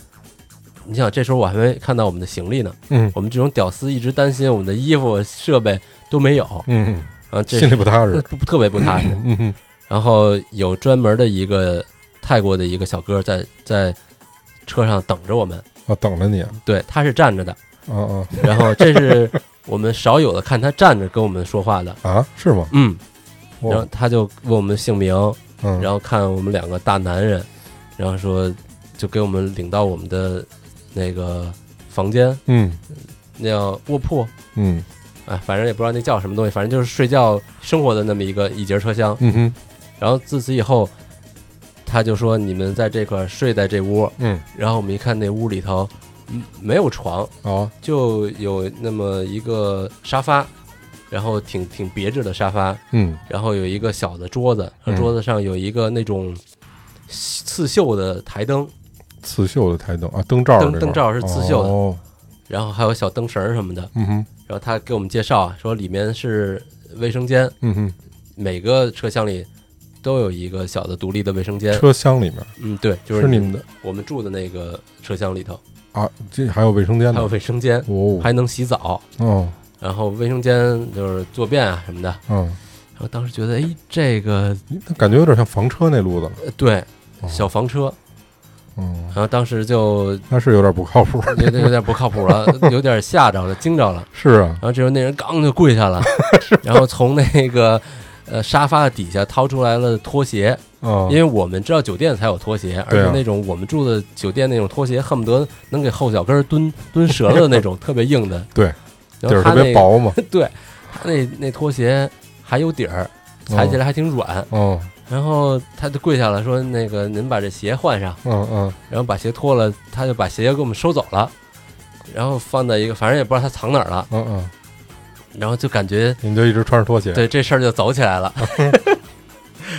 Speaker 2: 你想这时候我还没看到我们的行李呢，
Speaker 1: 嗯
Speaker 2: 我们这种屌丝一直担心我们的衣服设备都没有，
Speaker 1: 嗯，嗯
Speaker 2: 然后这
Speaker 1: 心里不踏实，
Speaker 2: 不特别不踏实。
Speaker 1: <clears throat> 嗯嗯
Speaker 2: 然后有专门的一个泰国的一个小哥在在车上等着我们，
Speaker 1: 啊，等着你，啊
Speaker 2: 对，他是站着的，
Speaker 1: 啊
Speaker 2: 然后这是我们少有的看他站着跟我们说话的，
Speaker 1: 啊，是吗？
Speaker 2: 嗯，
Speaker 1: 哇
Speaker 2: 然后他就问我们姓名，
Speaker 1: 嗯，
Speaker 2: 然后看我们两个大男人，然后说就给我们领到我们的那个房间，
Speaker 1: 嗯
Speaker 2: 那叫卧铺，
Speaker 1: 嗯
Speaker 2: 哎，反正也不知道那叫什么东西，反正就是睡觉生活的那么一个一节车厢。
Speaker 1: 嗯哼
Speaker 2: 然后自此以后，他就说你们在这块儿睡在这屋，
Speaker 1: 嗯，
Speaker 2: 然后我们一看那屋里头，嗯，没有床，
Speaker 1: 哦
Speaker 2: 就有那么一个沙发，然后挺挺别致的沙发，
Speaker 1: 嗯
Speaker 2: 然后有一个小的桌子，
Speaker 1: 嗯
Speaker 2: 桌子上有一个那种刺绣的台灯，
Speaker 1: 刺绣的台灯啊，灯罩儿
Speaker 2: 灯
Speaker 1: 这
Speaker 2: 灯
Speaker 1: 块儿
Speaker 2: 罩是刺绣的
Speaker 1: 哦，
Speaker 2: 然后还有小灯绳儿什么的。
Speaker 1: 嗯哼
Speaker 2: 然后他给我们介绍啊，说里面是卫生间，
Speaker 1: 嗯哼，
Speaker 2: 每个车厢里都有一个小的独立的卫生间。
Speaker 1: 车厢里面
Speaker 2: 嗯，对，就是
Speaker 1: 是你
Speaker 2: 你
Speaker 1: 们的
Speaker 2: 我们住的那个车厢里头
Speaker 1: 啊，这还有卫生间
Speaker 2: 还有
Speaker 1: 呢，
Speaker 2: 卫生间，
Speaker 1: 哦
Speaker 2: 还能洗澡。
Speaker 1: 哦
Speaker 2: 然后卫生间就是坐便啊什么的。
Speaker 1: 嗯，
Speaker 2: 然后当时觉得，哎，这个
Speaker 1: 那感觉有点像房车那路子了，
Speaker 2: 呃对
Speaker 1: 哦
Speaker 2: 小房车。
Speaker 1: 嗯，
Speaker 2: 然后当时就
Speaker 1: 那是有点不靠
Speaker 2: <laughs>
Speaker 1: 谱，
Speaker 2: 有点有点不靠谱
Speaker 1: <laughs>
Speaker 2: 了，有点吓着了，惊着了。
Speaker 1: 是啊，
Speaker 2: 然后这时候那人刚就
Speaker 1: <laughs>
Speaker 2: 跪下了，然后从那个呃沙发的底下掏出来了拖鞋，
Speaker 1: 啊
Speaker 2: 因，为我们知道酒店才有拖鞋，而
Speaker 1: 对啊
Speaker 2: 且那种我们住的酒店那种拖鞋，恨不得能给后脚跟儿蹲蹲折了的那种，特别硬的。
Speaker 1: <laughs> 对，
Speaker 2: 然
Speaker 1: 底
Speaker 2: 后
Speaker 1: 儿
Speaker 2: 他
Speaker 1: 特
Speaker 2: 那
Speaker 1: 别
Speaker 2: 个，
Speaker 1: 薄嘛，
Speaker 2: <laughs> 对，他那那拖鞋还有底儿，踩起来还挺软。
Speaker 1: 哦，
Speaker 2: 然后他就跪下了，说：“那个您把这鞋换上。”
Speaker 1: 嗯嗯
Speaker 2: 然后把鞋脱了，他就把鞋给我们收走了，然后放在一个，反正也不知道他藏哪儿了，
Speaker 1: 嗯嗯，
Speaker 2: 然后就感觉
Speaker 1: 你们就一直穿着拖鞋，
Speaker 2: 对这事儿就走起来了，
Speaker 1: 哎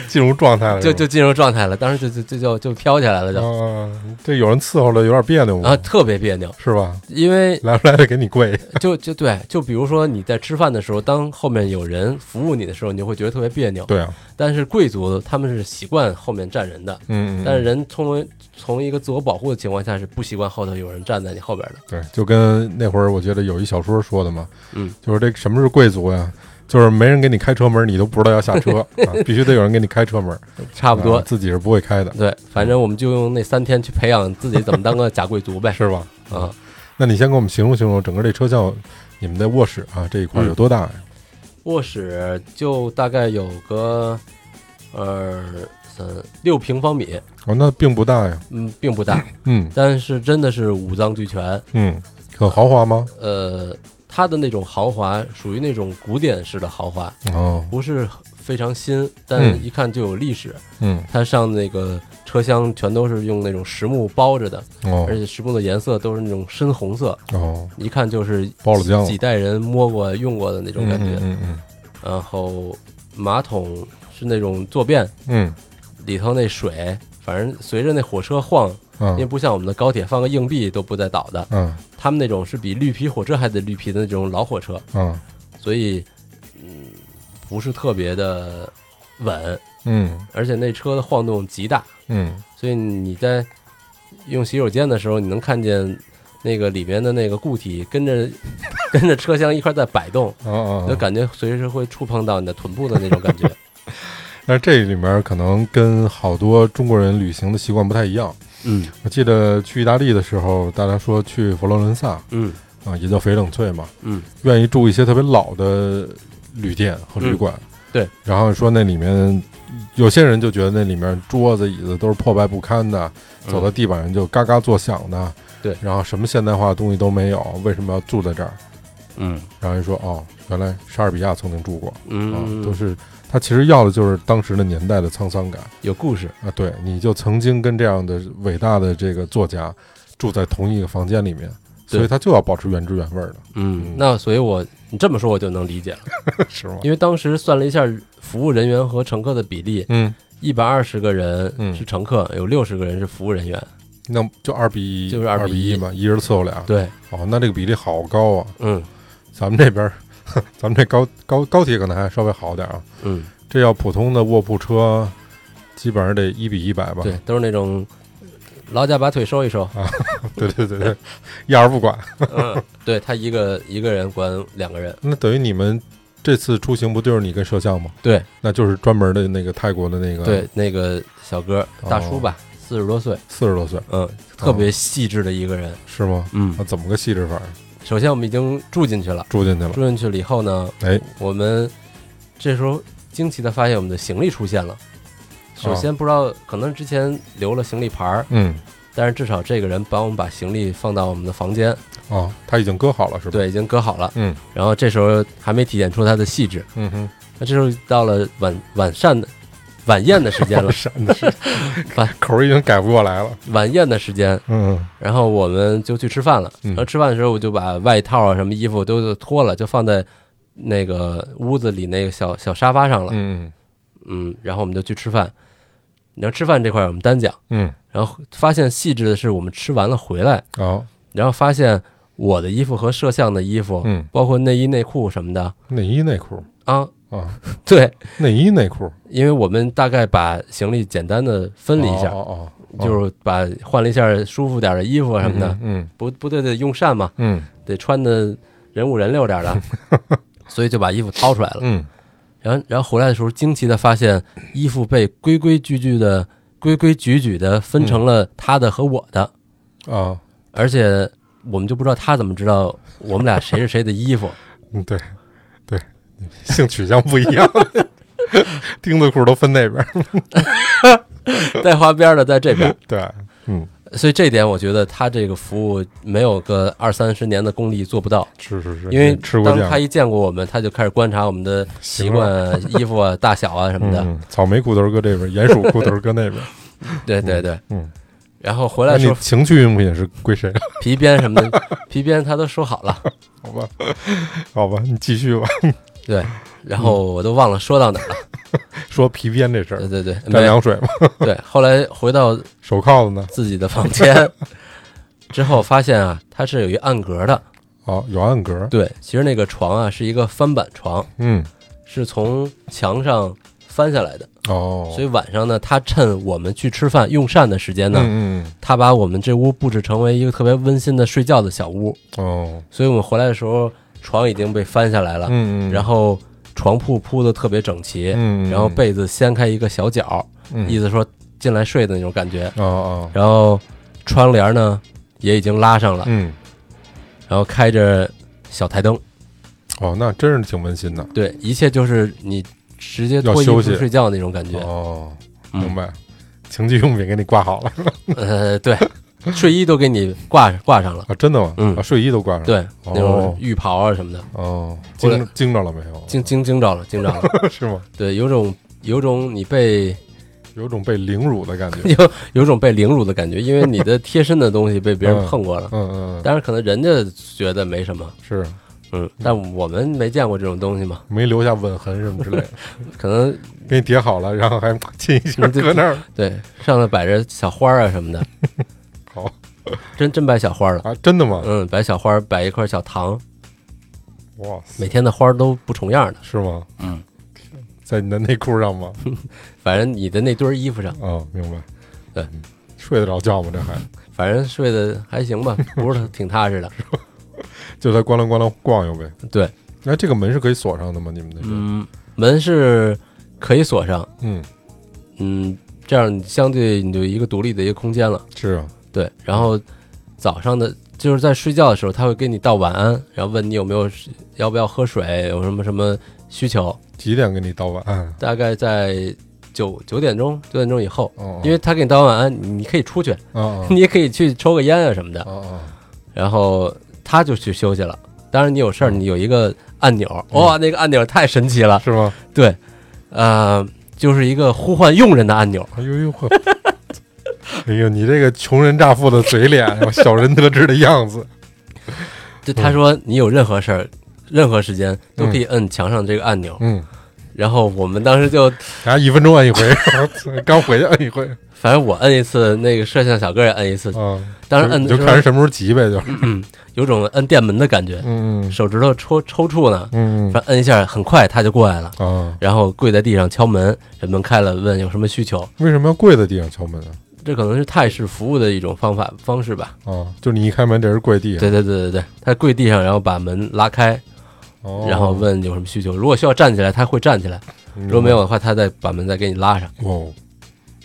Speaker 1: 进入状态了，
Speaker 2: 就是就进入状态了，当时就就就就就飘起来了，
Speaker 1: 吧
Speaker 2: 就啊
Speaker 1: 啊，这有人伺候了有点别扭
Speaker 2: 然后
Speaker 1: 嘛，
Speaker 2: 特别别扭，
Speaker 1: 是吧？
Speaker 2: 因为
Speaker 1: 来 <laughs> 不来的给你跪，
Speaker 2: 就就对，就比如说你在吃饭的时候，当后面有人服务你的时候，你就会觉得特别别扭，
Speaker 1: 对啊，
Speaker 2: 但是贵族他们是习惯后面站人的。
Speaker 1: 嗯，嗯
Speaker 2: 但是人从从一个自我保护的情况下是不习惯后头有人站在你后边的，
Speaker 1: 对，就跟那会儿我觉得有一小说说的嘛，
Speaker 2: 嗯，
Speaker 1: 就是这什么是贵族呀？就是没人给你开车门，你都不知道要下
Speaker 2: <laughs>
Speaker 1: 车，啊、必须得有人给你开车门，
Speaker 2: 差不
Speaker 1: 啊
Speaker 2: 多。
Speaker 1: 自己是不会开的，
Speaker 2: 对，反正我们就用那三天去培养自己怎么当个假贵族
Speaker 1: <laughs>
Speaker 2: 呗。
Speaker 1: 是吧？
Speaker 2: 啊，
Speaker 1: 那你先给我们形容形容整个这车厢，你们的卧室啊这一
Speaker 2: 嗯
Speaker 1: 块有多大呀？
Speaker 2: 卧室就大概有个呃三六平方米，
Speaker 1: 哦，那并不大呀，
Speaker 2: 嗯，并不
Speaker 1: <laughs>
Speaker 2: 大，
Speaker 1: 嗯
Speaker 2: 但是真的是五脏俱全。
Speaker 1: 嗯，很豪华吗？
Speaker 2: 呃，它的那种豪华属于那种古典式的豪华，
Speaker 1: 哦，
Speaker 2: 不是非常新，但
Speaker 1: 嗯
Speaker 2: 一看就有历史。
Speaker 1: 嗯
Speaker 2: 它上那个车厢全都是用那种实木包着的，
Speaker 1: 哦
Speaker 2: 而且实木的颜色都是那种深红色，
Speaker 1: 哦，
Speaker 2: 一看就是
Speaker 1: 包了嗯浆了
Speaker 2: 几代人摸过用过的那种感觉。
Speaker 1: 嗯嗯嗯
Speaker 2: 然后马桶是那种坐便，
Speaker 1: 嗯
Speaker 2: 里头那水，反正随着那火车晃，因为
Speaker 1: 嗯
Speaker 2: 不像我们的高铁放个硬币都不带倒的，
Speaker 1: 嗯
Speaker 2: 他们那种是比绿皮火车还得绿皮的那种老火车，
Speaker 1: 嗯
Speaker 2: 所以嗯不是特别的稳，
Speaker 1: 嗯
Speaker 2: 而且那车的晃动极大，
Speaker 1: 嗯
Speaker 2: 所以你在用洗手间的时候，你能看见那个里面的那个固体跟着 <laughs> 跟着车厢一块在摆动，
Speaker 1: 哦哦
Speaker 2: 就
Speaker 1: 哦，
Speaker 2: 感觉随时会触碰到你的臀部的那种感
Speaker 1: <laughs>
Speaker 2: 觉。
Speaker 1: 但是这里面可能跟好多中国人旅行的习惯不太一样。
Speaker 2: 嗯
Speaker 1: 我记得去意大利的时候，大家说去佛罗伦萨啊、
Speaker 2: 嗯
Speaker 1: 也叫翡冷翠嘛，
Speaker 2: 嗯，
Speaker 1: 愿意住一些特别老的旅店和旅馆。
Speaker 2: 嗯对，
Speaker 1: 然后说那里面有些人就觉得那里面桌子椅子都是破败不堪的，
Speaker 2: 嗯
Speaker 1: 走到地板上就嘎嘎作响的。
Speaker 2: 对
Speaker 1: 然后什么现代化的东西都没有，为什么要住在这儿？
Speaker 2: 嗯
Speaker 1: 然后人说哦，原来莎士比亚曾经住过啊，
Speaker 2: 嗯，
Speaker 1: 都是他其实要的就是当时的年代的沧桑感
Speaker 2: 有故事。
Speaker 1: 啊。对，你就曾经跟这样的伟大的这个作家住在同一个房间里面，
Speaker 2: 对
Speaker 1: 所以他就要保持原汁原味
Speaker 2: <laughs>
Speaker 1: 儿的，嗯，
Speaker 2: 嗯
Speaker 1: 哦
Speaker 2: 那所以我你这么说我就能理解了，
Speaker 1: 是 <laughs> 吗？
Speaker 2: 因为当时算了一下服务人员和乘客的比例，
Speaker 1: 嗯，
Speaker 2: 一百二十个人
Speaker 1: 嗯
Speaker 2: 是乘客，有六十个人是服务人员。
Speaker 1: 那就二比一，
Speaker 2: 就是
Speaker 1: 二
Speaker 2: 2比一
Speaker 1: 一嘛，一人伺候俩。
Speaker 2: 对，
Speaker 1: 哦，那这个比例好高啊！
Speaker 2: 嗯
Speaker 1: 咱们这边儿，呵咱们这高高高铁可能还稍微好点儿啊。
Speaker 2: 嗯，
Speaker 1: 这要普通的卧铺车，基本上得一比一百吧。
Speaker 2: 对，都是那种劳驾把腿收一收，
Speaker 1: <laughs> 对对对对，一二不管。
Speaker 2: 嗯，对他一个一个人管两个人，
Speaker 1: 那等于你们这次出行不就是你跟摄像吗？
Speaker 2: 对
Speaker 1: 那就是专门的那个泰国的那个，
Speaker 2: 对，那个小哥大叔吧，四十多岁，
Speaker 1: 四十多岁
Speaker 2: 哦嗯，特别细致的一个人，
Speaker 1: 是吗？
Speaker 2: 嗯
Speaker 1: 啊，，怎么个细致法儿？
Speaker 2: 首先我们已经住进去了，
Speaker 1: 住进去了。
Speaker 2: 住进去了以后呢，
Speaker 1: 哎，
Speaker 2: 我们这时候惊奇的发现我们的行李出现了。首先不知道，可能之前留了行李牌儿，
Speaker 1: 嗯，
Speaker 2: 但是至少这个人帮我们把行李放到我们的房间，
Speaker 1: 哦，他已经割好了是吧？，
Speaker 2: 对，已经搁好了。
Speaker 1: 嗯
Speaker 2: 然后这时候还没体现出它的细致，
Speaker 1: 嗯哼，，
Speaker 2: 那这时候到了晚晚膳的晚宴的时间了
Speaker 1: 闪的是
Speaker 2: 完，
Speaker 1: 口儿已经改不过来了。
Speaker 2: 晚宴的时间，
Speaker 1: 嗯
Speaker 2: 然后我们就去吃饭了。
Speaker 1: 嗯
Speaker 2: 然后吃饭的时候，我就把外套啊、什么衣服都脱了，就放在那个屋子里那个小小沙发上了。
Speaker 1: 嗯
Speaker 2: 嗯，然后我们就去吃饭。你要吃饭这块儿我们单讲，
Speaker 1: 嗯，
Speaker 2: 然后发现细致的是我们吃完了回来，
Speaker 1: 哦，
Speaker 2: 然后发现我的衣服和摄像的衣服，
Speaker 1: 嗯，
Speaker 2: 包括内衣内裤什么的
Speaker 1: 内衣内裤
Speaker 2: 啊， <laughs>
Speaker 1: 啊，
Speaker 2: 对，
Speaker 1: 内衣内裤
Speaker 2: 因为我们大概把行李简单的分了一下，
Speaker 1: 哦哦哦，
Speaker 2: 就是把换了一下舒服点儿的衣服啊什么的，
Speaker 1: 嗯
Speaker 2: 不不对，得用膳嘛，
Speaker 1: 嗯
Speaker 2: 得穿的人五人六点
Speaker 1: <laughs>
Speaker 2: 儿的，所以就把衣服掏出来了。
Speaker 1: 嗯
Speaker 2: 然后然后回来的时候，惊奇的发现衣服被规规矩矩的、规规矩矩的分成了他的和我的，
Speaker 1: 嗯啊，
Speaker 2: 而且我们就不知道他怎么知道我们俩谁是谁的
Speaker 1: <laughs>
Speaker 2: 衣服。
Speaker 1: 嗯对对，性取向不一样， <laughs> 钉子裤都分那边儿， <laughs>
Speaker 2: 带花边的在这边，
Speaker 1: 对，嗯，
Speaker 2: 所以这点我觉得他这个服务没有个二三十年的功力做不到，
Speaker 1: 是是是，
Speaker 2: 因为
Speaker 1: 吃过
Speaker 2: 当
Speaker 1: 酱
Speaker 2: 他一见过我们，他就开始观察我们的习
Speaker 1: <laughs>
Speaker 2: 惯、衣服啊、大小啊什么的。
Speaker 1: 嗯，草莓裤头儿搁这边儿，鼹鼠裤头儿搁那边儿，
Speaker 2: 对对对，
Speaker 1: 嗯。
Speaker 2: 然后 <laughs> 回来
Speaker 1: 那
Speaker 2: 的时
Speaker 1: 你
Speaker 2: 候，
Speaker 1: 情趣用品是归谁？ <laughs>
Speaker 2: 皮鞭什么的，皮鞭他都收好了。
Speaker 1: 好吧，好吧，你继续吧。
Speaker 2: 对，
Speaker 1: <laughs>
Speaker 2: 然后我都忘了说到哪儿了。
Speaker 1: 说皮鞭这事
Speaker 2: 对
Speaker 1: 儿， <laughs>
Speaker 2: 对对，
Speaker 1: 蘸
Speaker 2: 呃没有。
Speaker 1: 凉水嘛，
Speaker 2: 对，后来回到
Speaker 1: 手铐子呢？
Speaker 2: 自己的房间之后，发现啊，它是有一暗格的。
Speaker 1: 哦，有暗格，
Speaker 2: 对，其实那个床啊是一个翻板床，
Speaker 1: 嗯，
Speaker 2: 是从墙上翻下来的。
Speaker 1: 哦，
Speaker 2: 所以晚上呢，他趁我们去吃饭用膳的时间
Speaker 1: 嗯
Speaker 2: 呢，
Speaker 1: 嗯
Speaker 2: 他把我们这屋布置成为一个特别温馨的睡觉的小屋。
Speaker 1: 嗯，哦，
Speaker 2: 所以我们回来的时候，床已经被翻下来了，
Speaker 1: 嗯嗯，
Speaker 2: 然
Speaker 1: 后
Speaker 2: 后床铺铺的特别整齐，
Speaker 1: 嗯，
Speaker 2: 然后被子掀开一个小角，
Speaker 1: 嗯
Speaker 2: 意思说进来睡的那种感觉。
Speaker 1: 哦哦，
Speaker 2: 然后窗帘呢也已经拉上了，
Speaker 1: 嗯，
Speaker 2: 然后开着小台灯，
Speaker 1: 哦，那真是挺温馨的。
Speaker 2: 对，一切就是你直接脱
Speaker 1: 要
Speaker 2: 衣
Speaker 1: 休
Speaker 2: 服
Speaker 1: 息
Speaker 2: 睡觉那种感觉。
Speaker 1: 哦，
Speaker 2: 嗯
Speaker 1: 明白。情趣用品给你挂好了 <laughs>
Speaker 2: 呃，对，睡衣都给你挂挂上了，
Speaker 1: 啊？真的吗？
Speaker 2: 嗯
Speaker 1: 啊，睡衣都挂上了。
Speaker 2: 对，
Speaker 1: 哦
Speaker 2: 那种浴袍啊什么的，
Speaker 1: 哦，
Speaker 2: 后来
Speaker 1: 惊惊着了没有？
Speaker 2: 惊惊惊着了，惊着了。
Speaker 1: <laughs> 是吗？
Speaker 2: 对，有种有种你被
Speaker 1: 有种被凌辱的感
Speaker 2: <laughs>
Speaker 1: 觉。
Speaker 2: 有有种被凌辱的感觉，因为你的贴身的东西被别人碰过了。
Speaker 1: 嗯嗯，嗯
Speaker 2: 当然，可能人家觉得没什么，
Speaker 1: 是
Speaker 2: 嗯，但我们没见过这种东西
Speaker 1: <laughs>
Speaker 2: 嘛，
Speaker 1: 没留下吻痕什么之类的， <laughs>
Speaker 2: 可能
Speaker 1: 给你叠好了，然后还亲一下，
Speaker 2: 嗯对
Speaker 1: 搁那儿
Speaker 2: 对上头摆着小花儿啊什么的，
Speaker 1: 好
Speaker 2: 真真摆小花了。
Speaker 1: 啊，真的吗？
Speaker 2: 嗯，摆小花儿，摆一块小糖，
Speaker 1: 哇塞，
Speaker 2: 每天的花儿都不重样的，
Speaker 1: 是吗？
Speaker 3: 嗯，
Speaker 1: 在你的内裤上吗？
Speaker 2: 反正你的那堆儿衣服上，
Speaker 1: 哦，明白。
Speaker 2: <laughs> 对
Speaker 1: 嗯，睡得着觉吗？这还
Speaker 2: 反正睡得还行吧，不是挺踏实的。
Speaker 1: 就在咣啷咣啷逛悠呗。
Speaker 2: 对，
Speaker 1: 那这个门是可以锁上的吗？你们那是？
Speaker 2: 嗯，门是可以锁上，
Speaker 1: 嗯，
Speaker 2: 嗯，这样你相对你就一个独立的一个空间了。
Speaker 1: 是啊，
Speaker 2: 对，然后早上的就是在睡觉的时候，他会给你道晚安，然后问你有没有要不要喝水，有什么什么需求，
Speaker 1: 几点给你道晚安？
Speaker 2: 大概在九九点钟九点钟以后，
Speaker 1: 哦，
Speaker 2: 因为他给你道晚安，你你可以出去，
Speaker 1: 哦
Speaker 2: 你也可以去抽个烟啊什么的
Speaker 1: 哦，哦
Speaker 2: 然后他就去休息了。当然，你有事儿，
Speaker 1: 嗯
Speaker 2: 你有一个按钮，哇、那个按钮太神奇了 <laughs>
Speaker 1: 哦，，是吗？
Speaker 2: 对，呃，就是一个呼唤佣人的按钮。
Speaker 1: 哎呦 <laughs> 呦呵，哎呦，你这个穷人乍富的嘴脸，小人得志的样
Speaker 2: <laughs>
Speaker 1: 子，
Speaker 2: 就
Speaker 1: 嗯
Speaker 2: 他说你有任何事儿、任何时间都可以摁墙上这个按钮。
Speaker 1: 嗯，
Speaker 2: 然后我们当时就，
Speaker 1: 然后一分钟摁一回， <laughs> 刚回去摁一
Speaker 2: <laughs>
Speaker 1: 回，
Speaker 2: 反正我摁一次，那个摄像小哥也摁一次，
Speaker 1: 啊，
Speaker 2: 当时摁
Speaker 1: 你
Speaker 2: 的
Speaker 1: 就
Speaker 2: 时
Speaker 1: 看人
Speaker 2: 候
Speaker 1: 什么时候急呗，就是，
Speaker 2: 有种摁电门的感觉，
Speaker 1: 嗯
Speaker 2: 手指头抽抽搐呢，
Speaker 1: 嗯嗯
Speaker 2: 反正摁一下，很快他就过来了。
Speaker 1: 啊，
Speaker 2: 然后跪在地上敲门，人们开了，问有什么需求。
Speaker 1: 为什么要跪在地上敲门啊？
Speaker 2: 这可能是泰式服务的一种方法方式吧。
Speaker 1: 啊，就是你一开门，这人跪地，
Speaker 2: 对对对对对，他跪地上，然后把门拉开，
Speaker 1: 哦
Speaker 2: 然后问有什么需求。如果需要站起来，他会站起来；
Speaker 1: 明白
Speaker 2: 如果没有的话，他再把门再给你拉上。
Speaker 1: 哦，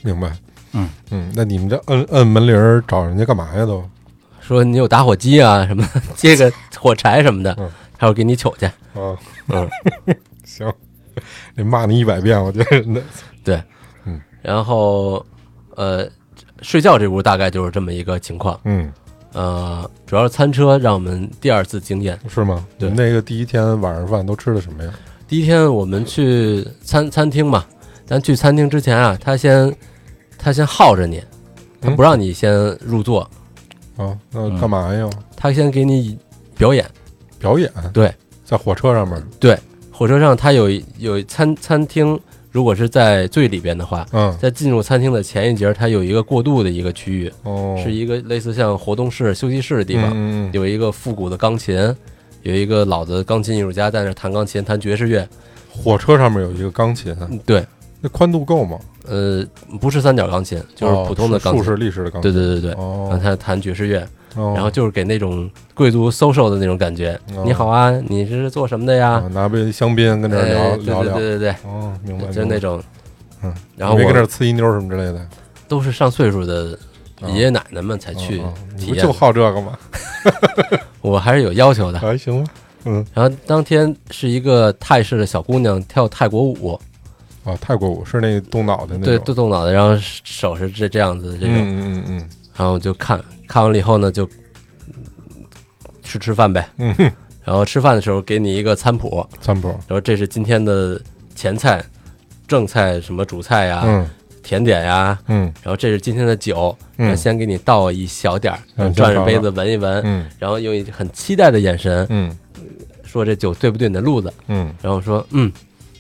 Speaker 1: 明白，
Speaker 3: 嗯
Speaker 1: 嗯，那你们这摁摁门铃儿找人家干嘛呀都？
Speaker 2: 说你有打火
Speaker 1: <laughs>
Speaker 2: 机啊什么的，接个火柴什么的
Speaker 1: 嗯，
Speaker 2: 他会给你取去。
Speaker 1: 啊，
Speaker 2: 嗯，
Speaker 1: 行， <laughs> 得骂你一百遍，我觉得那
Speaker 2: <laughs> 对，
Speaker 1: 嗯，
Speaker 2: 然后呃，睡觉这屋大概就是这么一个情况。
Speaker 1: 嗯，
Speaker 2: 呃，主要是餐车让我们第二次惊艳。
Speaker 1: 是吗？
Speaker 2: 对
Speaker 1: 你们那个第一天晚上饭都吃的什么呀？
Speaker 2: 第一天我们去餐餐厅嘛，咱去餐厅之前啊，他先他先耗着你，
Speaker 1: 嗯
Speaker 2: 他不让你先入座，
Speaker 1: 啊，那
Speaker 2: 嗯
Speaker 1: 干嘛呀？
Speaker 2: 他先给你表演。
Speaker 1: 表演？
Speaker 2: 对，
Speaker 1: 在火车上面。
Speaker 2: 对，火车上他有一有一餐餐厅，如果是在最里边的话，
Speaker 1: 嗯，
Speaker 2: 在进入餐厅的前一节，它有一个过渡的一个区域，
Speaker 1: 哦，
Speaker 2: 是一个类似像活动室、休息室的地方，
Speaker 1: 嗯嗯嗯
Speaker 2: 有一个复古的钢琴，有一个老的钢琴艺术家在那儿弹钢琴、弹爵士乐。嗯
Speaker 1: 火车上面有一个钢琴，啊
Speaker 2: 对，
Speaker 1: 那宽度够吗？
Speaker 2: 呃，不是三角钢琴，就是普通的
Speaker 1: 哦是
Speaker 2: 钢
Speaker 1: 竖
Speaker 2: 琴。
Speaker 1: 式立式的钢
Speaker 2: 对
Speaker 1: 琴。
Speaker 2: 对对对，然后
Speaker 1: 哦，
Speaker 2: 他弹爵士乐，
Speaker 1: 哦
Speaker 2: 然后就是给那种贵族 social 的那种感觉。
Speaker 1: 哦
Speaker 2: 你好啊，你是做什么的呀
Speaker 1: 啊？拿杯香槟跟这儿聊
Speaker 2: 哎
Speaker 1: 聊
Speaker 2: 对
Speaker 1: 聊。
Speaker 2: 对对对
Speaker 1: 哦，明白
Speaker 2: 对，，就是
Speaker 1: 明白
Speaker 2: 那种，
Speaker 1: 嗯，
Speaker 2: 然后
Speaker 1: 没跟这
Speaker 2: 我
Speaker 1: 儿呲一妞儿什么之类的。
Speaker 2: 都是上岁数的爷爷奶奶们才去
Speaker 1: 哦哦哦你
Speaker 2: 体
Speaker 1: 不就
Speaker 2: 验，
Speaker 1: 好这个吗？ <laughs>
Speaker 2: 我还是有要求的。
Speaker 1: 还行吧。嗯，
Speaker 2: 然后当天是一个泰式的小姑娘跳泰国舞，
Speaker 1: 啊，泰国舞是那动脑袋那
Speaker 2: 对，
Speaker 1: 种。
Speaker 2: 动动脑袋，然后手是这这样子的这种，
Speaker 1: 嗯嗯嗯
Speaker 2: 然后就看看完了以后呢，就嗯吃吃饭呗，
Speaker 1: 嗯嗯，
Speaker 2: 然后吃饭的时候给你一个餐谱，
Speaker 1: 三浦。
Speaker 2: 然后这是今天的前菜、正菜、什么主菜呀、
Speaker 1: 嗯
Speaker 2: 甜点呀，
Speaker 1: 嗯
Speaker 2: 然后这是今天的酒，
Speaker 1: 嗯
Speaker 2: 然后先给你倒一小点
Speaker 1: 嗯
Speaker 2: 儿，
Speaker 1: 先
Speaker 2: 转着
Speaker 1: 尝
Speaker 2: 杯
Speaker 1: 尝
Speaker 2: 子闻一闻，
Speaker 1: 嗯
Speaker 2: 然后用一很期待的眼神
Speaker 1: 嗯
Speaker 2: 说这酒对不对你的路子，
Speaker 1: 嗯，
Speaker 2: 然后说嗯，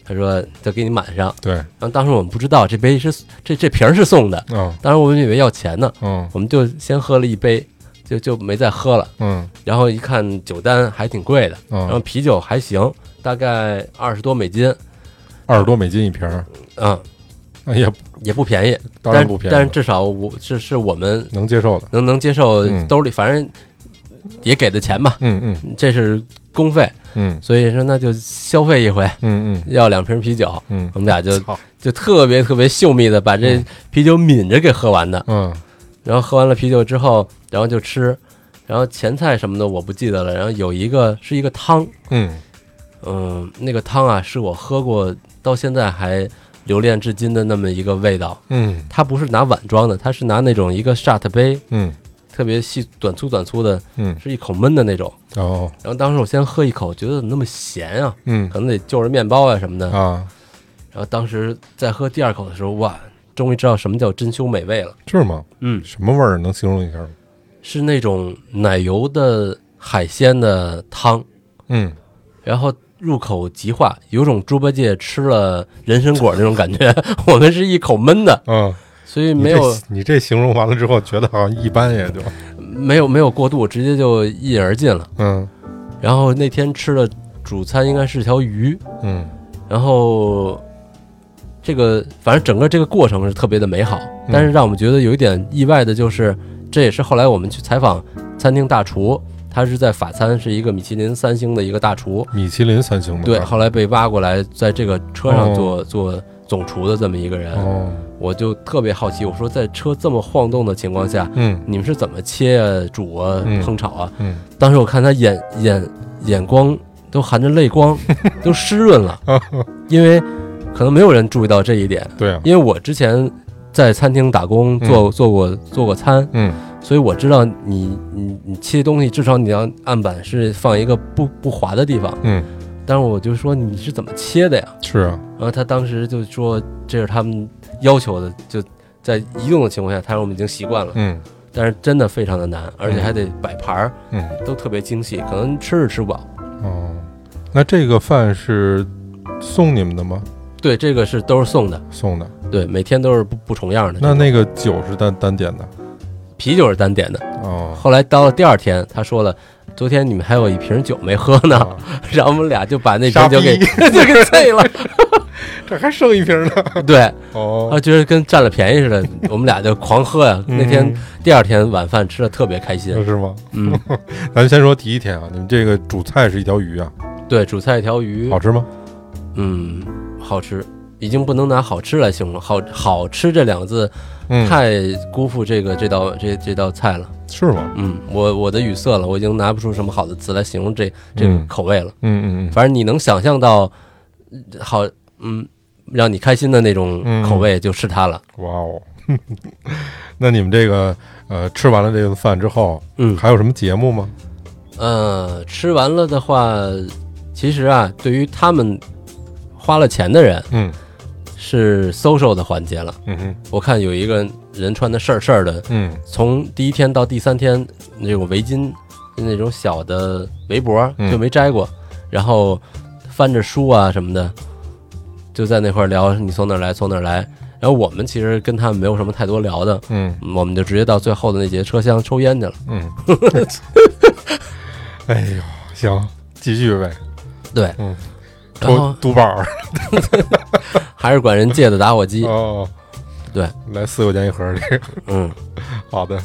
Speaker 2: 他说就给你满上。
Speaker 1: 对。
Speaker 2: 然后当时我们不知道这杯是这这瓶儿是送的，
Speaker 1: 嗯
Speaker 2: 当时我们以为要钱呢，
Speaker 1: 嗯
Speaker 2: 我们就先喝了一杯，就就没再喝了。
Speaker 1: 嗯
Speaker 2: 然后一看酒单还挺贵的，然后
Speaker 1: 嗯，
Speaker 2: 啤酒还行，大概二十多美金，
Speaker 1: 二十多美金一瓶儿，
Speaker 2: 嗯，
Speaker 1: 哎呀，
Speaker 2: 也不便宜，
Speaker 1: 当然
Speaker 2: 但
Speaker 1: 不便宜了，
Speaker 2: 但是至少我这是我们
Speaker 1: 能接受的。
Speaker 2: 能能接受，
Speaker 1: 嗯
Speaker 2: 兜里反正也给的钱嘛，
Speaker 1: 嗯嗯
Speaker 2: 这是公费，
Speaker 1: 嗯
Speaker 2: 所以说那就消费一回，
Speaker 1: 嗯
Speaker 2: 要两瓶啤酒，
Speaker 1: 嗯
Speaker 2: 我们俩就
Speaker 1: 操
Speaker 2: 就特别特别秀密的把这
Speaker 1: 嗯
Speaker 2: 啤酒抿着给喝完的。
Speaker 1: 嗯
Speaker 2: 然后喝完了啤酒之后，然后就吃，然后前菜什么的我不记得了。然后有一个是一个汤，
Speaker 1: 嗯
Speaker 2: 嗯，那个汤啊是我喝过到现在还留恋至今的那么一个味道。
Speaker 1: 嗯
Speaker 2: 它不是拿碗装的，它是拿那种一个 shot 杯，
Speaker 1: 嗯
Speaker 2: 特别细短粗短粗的，
Speaker 1: 嗯，
Speaker 2: 是一口闷的那种。
Speaker 1: 哦
Speaker 2: 然后当时我先喝一口，觉得怎么那么咸啊？
Speaker 1: 嗯
Speaker 2: 可能得就着面包啊什么的。
Speaker 1: 啊，
Speaker 2: 然后当时在喝第二口的时候，哇，终于知道什么叫珍馐美味了。
Speaker 1: 是吗？
Speaker 2: 嗯，
Speaker 1: 什么味儿能形容一下吗？
Speaker 2: 是那种奶油的海鲜的汤，
Speaker 1: 嗯，
Speaker 2: 然后入口即化，有种猪八戒吃了人参果那种感觉。 <laughs> 我们是一口闷的，
Speaker 1: 嗯，
Speaker 2: 所以
Speaker 1: 你
Speaker 2: 没
Speaker 1: 这
Speaker 2: 有
Speaker 1: 你这形容完了之后，觉得好像一般也就
Speaker 2: 没有没有过渡，直接就一饮而尽了。
Speaker 1: 嗯
Speaker 2: 然后那天吃的主餐应该是条鱼，
Speaker 1: 嗯
Speaker 2: 然后这个反正整个这个过程是特别的美好，但是让我们觉得有一点意外的就是，这也是后来我们去采访餐厅大厨，他是在法餐是一个米其林三星的一个大厨，
Speaker 1: 米其林三星的
Speaker 2: 对，
Speaker 1: 啊
Speaker 2: 后来被挖过来，在这个车上
Speaker 1: 哦
Speaker 2: 做、做总厨的这么一个人，
Speaker 1: 哦
Speaker 2: 我就特别好奇，我说在车这么晃动的情况下，
Speaker 1: 嗯
Speaker 2: 你们是怎么切啊、煮啊、
Speaker 1: 嗯
Speaker 2: 烹炒啊？
Speaker 1: 嗯
Speaker 2: 当时我看他眼眼眼光都含着泪
Speaker 1: <laughs>
Speaker 2: 光，都湿润了，
Speaker 1: 哦
Speaker 2: 因为可能没有人注意到这一点，
Speaker 1: 对啊
Speaker 2: 因为我之前在餐厅打工
Speaker 1: 嗯
Speaker 2: 做做过做过餐，
Speaker 1: 嗯
Speaker 2: 所以我知道你你你切东西至少你要案板是放一个不不滑的地方，
Speaker 1: 嗯
Speaker 2: 但是我就说你是怎么切的呀？
Speaker 1: 是啊
Speaker 2: 然后他当时就说这是他们要求的，就在移动的情况下，他说我们已经习惯了，
Speaker 1: 嗯
Speaker 2: 但是真的非常的难，而且还得摆盘儿，
Speaker 1: 嗯
Speaker 2: 都特别精细，可能吃是吃不饱。
Speaker 1: 哦，那这个饭是送你们的吗？
Speaker 2: 对，这个是都是送的，
Speaker 1: 送的。
Speaker 2: 对，每天都是不不重样的。
Speaker 1: 那那个酒是单单点的
Speaker 2: 啤酒是单点的。
Speaker 1: 哦。
Speaker 2: <laughs> 后来到了第二天，他说了，昨天你们还有一瓶酒没喝呢，
Speaker 1: 啊
Speaker 2: <laughs> 然后我们俩就把那
Speaker 1: 傻
Speaker 2: 瓶酒给
Speaker 1: 逼 <laughs>
Speaker 2: 就给退了。
Speaker 1: 这还剩一瓶呢。
Speaker 2: 对，
Speaker 1: 哦
Speaker 2: 他，觉得跟占了便宜似的，我们俩就狂喝呀、啊
Speaker 1: 嗯
Speaker 2: 那天第二天晚饭吃的特别开心，
Speaker 1: 是吗？
Speaker 2: 嗯，
Speaker 1: 咱先说第一天啊，你们这个主菜是一条鱼啊，
Speaker 2: <laughs> 对，主菜一条鱼，
Speaker 1: 好吃吗？
Speaker 2: 嗯，好吃，已经不能拿好吃来形容，好好吃这两个字
Speaker 1: 嗯，
Speaker 2: 太辜负这个这道这这道菜了。
Speaker 1: 是吗？
Speaker 2: 嗯，我我的语塞了，我已经拿不出什么好的词来形容这这个
Speaker 1: 嗯
Speaker 2: 口味了。
Speaker 1: 嗯嗯
Speaker 2: 反正你能想象到嗯好，嗯，让你开心的那种
Speaker 1: 嗯
Speaker 2: 口味就是它了。
Speaker 1: 嗯，哇哦。 <laughs> 那你们这个呃吃完了这顿饭之后，
Speaker 2: 嗯，
Speaker 1: 还有什么节目吗？
Speaker 2: 呃，吃完了的话，其实啊，对于他们花了钱的人
Speaker 1: 嗯
Speaker 2: 是 social 的环节了。
Speaker 1: 嗯哼
Speaker 2: 我看有一个人穿的事儿事儿的
Speaker 1: 嗯
Speaker 2: 从第一天到第三天，那种围巾那种小的围脖
Speaker 1: 嗯
Speaker 2: 就没摘过，然后翻着书啊什么的，就在那块儿聊你从哪儿来，从哪儿来。然后我们其实跟他们没有什么太多聊的，
Speaker 1: 嗯
Speaker 2: 我们就直接到最后的那节车厢抽烟去了。
Speaker 1: 嗯。哎呦，行，继续呗。
Speaker 2: 对，
Speaker 1: 嗯，
Speaker 2: 然
Speaker 1: 抽
Speaker 2: 后
Speaker 1: 督宝儿
Speaker 2: 还是管人借的打火机，
Speaker 1: 哦，
Speaker 2: 对，
Speaker 1: 来四块钱一盒儿这个。 <laughs>
Speaker 2: 嗯。
Speaker 1: 好的，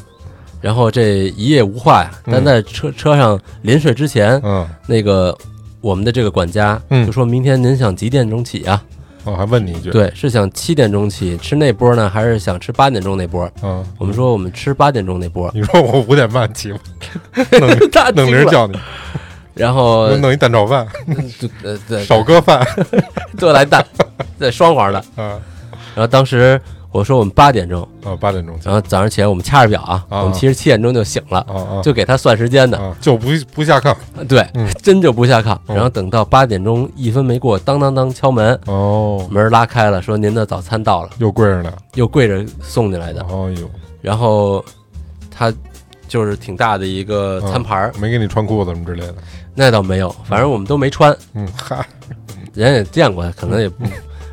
Speaker 2: 然后这一夜无话呀，但在车车上临睡之前，
Speaker 1: 嗯，
Speaker 2: 那个我们的这个管家
Speaker 1: 嗯
Speaker 2: 就说明天您想几点钟起啊？
Speaker 1: 我哦还问你一句，，
Speaker 2: 对，是想七点钟起吃那波呢，还是想吃八点钟那波？
Speaker 1: 嗯，，
Speaker 2: 我们说我们吃八点钟那波
Speaker 1: 你说我五点半起吧， <laughs> 弄
Speaker 2: 大
Speaker 1: <laughs> 弄
Speaker 2: 惊
Speaker 1: 铃
Speaker 2: 了呃
Speaker 1: 叫你，
Speaker 2: 然后
Speaker 1: 弄一蛋炒饭，
Speaker 2: 就呃对，
Speaker 1: 少搁饭
Speaker 2: 就来 <laughs> 蛋，对双黄的。
Speaker 1: <laughs> 啊
Speaker 2: 然后当时我说我们八点钟，
Speaker 1: 啊，八点钟起
Speaker 2: 然后早上起来我们掐着表啊，
Speaker 1: 啊
Speaker 2: 我们其实七点钟就醒了，
Speaker 1: 啊啊
Speaker 2: 就给他算时间的，
Speaker 1: 啊，就不不下炕
Speaker 2: 对，
Speaker 1: 嗯
Speaker 2: 真就不下炕。
Speaker 1: 嗯
Speaker 2: 然后等到八点钟一分没过，当当当敲门，
Speaker 1: 哦，
Speaker 2: 门拉开了，说您的早餐到了，
Speaker 1: 又跪着呢，
Speaker 2: 又跪着送进来的。
Speaker 1: 哎呦，
Speaker 2: 然后他就是挺大的一个
Speaker 1: 嗯
Speaker 2: 餐盘儿，
Speaker 1: 没给你穿裤子什么之类的，
Speaker 2: 那倒没有，反正我们都没穿，
Speaker 1: 嗯，嗨，
Speaker 2: 人也见过，可能也不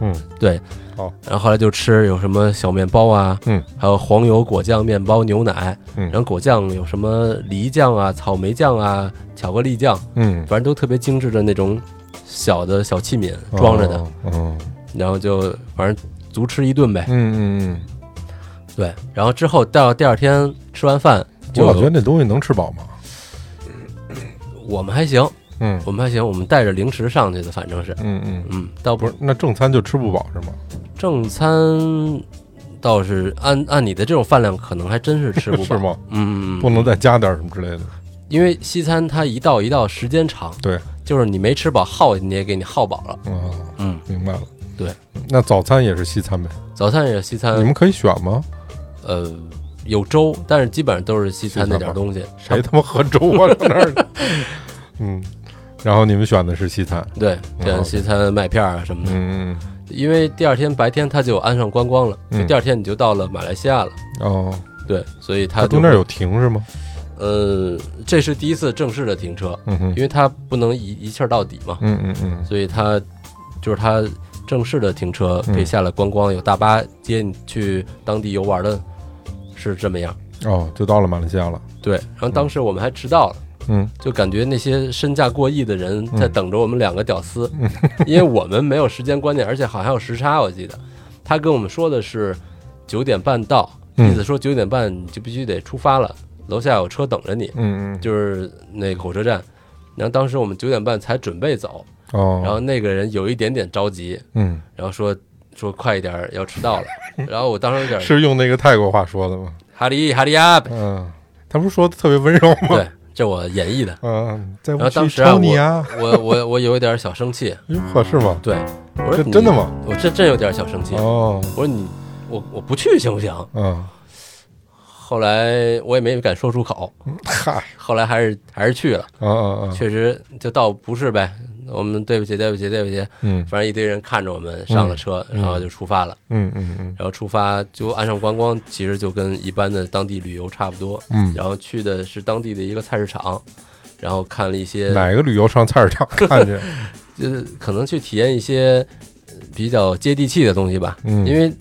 Speaker 1: 嗯
Speaker 2: 对。
Speaker 1: 好，
Speaker 2: 然后后来就吃有什么小面包啊，
Speaker 1: 嗯，
Speaker 2: 还有黄油果酱面包、牛奶，
Speaker 1: 嗯
Speaker 2: 然后果酱有什么梨酱啊、草莓酱啊、巧克力酱，
Speaker 1: 嗯，
Speaker 2: 反正都特别精致的那种小的小器皿 <laughs> 装着的，
Speaker 1: 哦，嗯
Speaker 2: 然后就反正足吃一顿呗。
Speaker 1: 嗯嗯
Speaker 2: 对，然后之后到第二天吃完饭
Speaker 1: 嗯，我
Speaker 2: 就
Speaker 1: 老觉得那东西能吃饱吗？
Speaker 2: 我们还行，
Speaker 1: 嗯
Speaker 2: 我们还行，我们带着零食上去的，反正是，
Speaker 1: 嗯嗯，
Speaker 2: 嗯，倒不
Speaker 1: 不
Speaker 2: 是
Speaker 1: 是，那正餐就吃不饱是吗？
Speaker 2: 正餐，倒是按按你的这种饭量，可能还真是吃
Speaker 1: <laughs>
Speaker 2: 不
Speaker 1: 是
Speaker 2: 饱。
Speaker 1: 吗？
Speaker 2: 嗯，嗯
Speaker 1: 不
Speaker 2: 嗯，
Speaker 1: 能再加点儿什么之类的，
Speaker 2: 因为西餐它一道一道时间长，
Speaker 1: 对，
Speaker 2: 就是你没吃饱耗，你也给你耗饱了。
Speaker 1: 嗯，
Speaker 2: 嗯，
Speaker 1: 明白了。
Speaker 2: 对，
Speaker 1: 那早餐也是西餐呗？
Speaker 2: 早餐也是西
Speaker 1: 你
Speaker 2: 餐，
Speaker 1: 们可以选吗？
Speaker 2: 呃，有粥，但是基本上都是西餐那点
Speaker 1: 西餐吧
Speaker 2: 东西。
Speaker 1: 谁他妈喝粥啊？上那儿？ <laughs> 嗯，然后你们选的是西餐，
Speaker 2: 对，像
Speaker 1: 嗯
Speaker 2: 西餐麦片啊什么的，
Speaker 1: 嗯，
Speaker 2: 因为第二天白天它就安上观光了，
Speaker 1: 嗯
Speaker 2: 就第二天你就到了马来西亚了。
Speaker 1: 哦，
Speaker 2: 对，所以它
Speaker 1: 它
Speaker 2: 就
Speaker 1: 中间有亭是吗？
Speaker 2: 会呃，这是第一次正式的停车，
Speaker 1: 嗯哼
Speaker 2: 因，为它不能一一气儿到底嘛，
Speaker 1: 嗯嗯嗯
Speaker 2: 所以它就是它正式的停车
Speaker 1: 嗯
Speaker 2: 可以下来观光，有大巴接你去当地游玩的，是这么样。
Speaker 1: 嗯，哦，就到了马来西亚了，
Speaker 2: 对，然后当时我们还迟到了。
Speaker 1: 嗯
Speaker 2: 就感觉那些身价过亿的人在等着我们两个屌丝，
Speaker 1: 嗯
Speaker 2: 因为我们没有时间观念，而且好像有时差，我记得他跟我们说的是九点半到，
Speaker 1: 嗯
Speaker 2: 意思说九点半你就必须得出发了，楼下有车等着你，
Speaker 1: 嗯嗯，
Speaker 2: 就是那个火车站。然后当时我们九点半才准备走，
Speaker 1: 哦，
Speaker 2: 然后那个人有一点点着急，
Speaker 1: 嗯，
Speaker 2: 然后说说快一点儿要迟到
Speaker 1: <laughs>
Speaker 2: 了，然后我当时有点
Speaker 1: 是用那个泰国话说的吗？
Speaker 2: 哈利哈利亚，
Speaker 1: 嗯，他不是说的特别温柔吗？
Speaker 2: 对，这我演绎的，
Speaker 1: 嗯，在
Speaker 2: 然
Speaker 1: 我
Speaker 2: 后当
Speaker 1: 去
Speaker 2: 时啊
Speaker 1: 抽你啊，
Speaker 2: 我我我有一点小生气，
Speaker 1: 哟呵，是吗？
Speaker 2: 对，我说
Speaker 1: 这
Speaker 2: 你
Speaker 1: 真的吗？
Speaker 2: 我这真有点小生气。
Speaker 1: 哦，
Speaker 2: 我说你，我我不去行不行？
Speaker 1: 嗯，
Speaker 2: 后来我也没敢说出口，
Speaker 1: 嗯嗨，
Speaker 2: 后来还是还是去了，
Speaker 1: 啊啊啊，
Speaker 2: 确实就到不是呗。我们对不起，对不起，对不起，
Speaker 1: 嗯
Speaker 2: 反正一堆人看着我们上了车，然后就出发了。
Speaker 1: 嗯嗯嗯
Speaker 2: 然后出发就岸上观光，其实就跟一般的当地旅游差不多。
Speaker 1: 嗯，
Speaker 2: 然后去的是当地的一个菜市场，然后看了一些，
Speaker 1: 哪个旅游上菜市场看去？
Speaker 2: 就是可能去体验一些呃比较接地气的东西吧。
Speaker 1: 嗯，
Speaker 2: 因为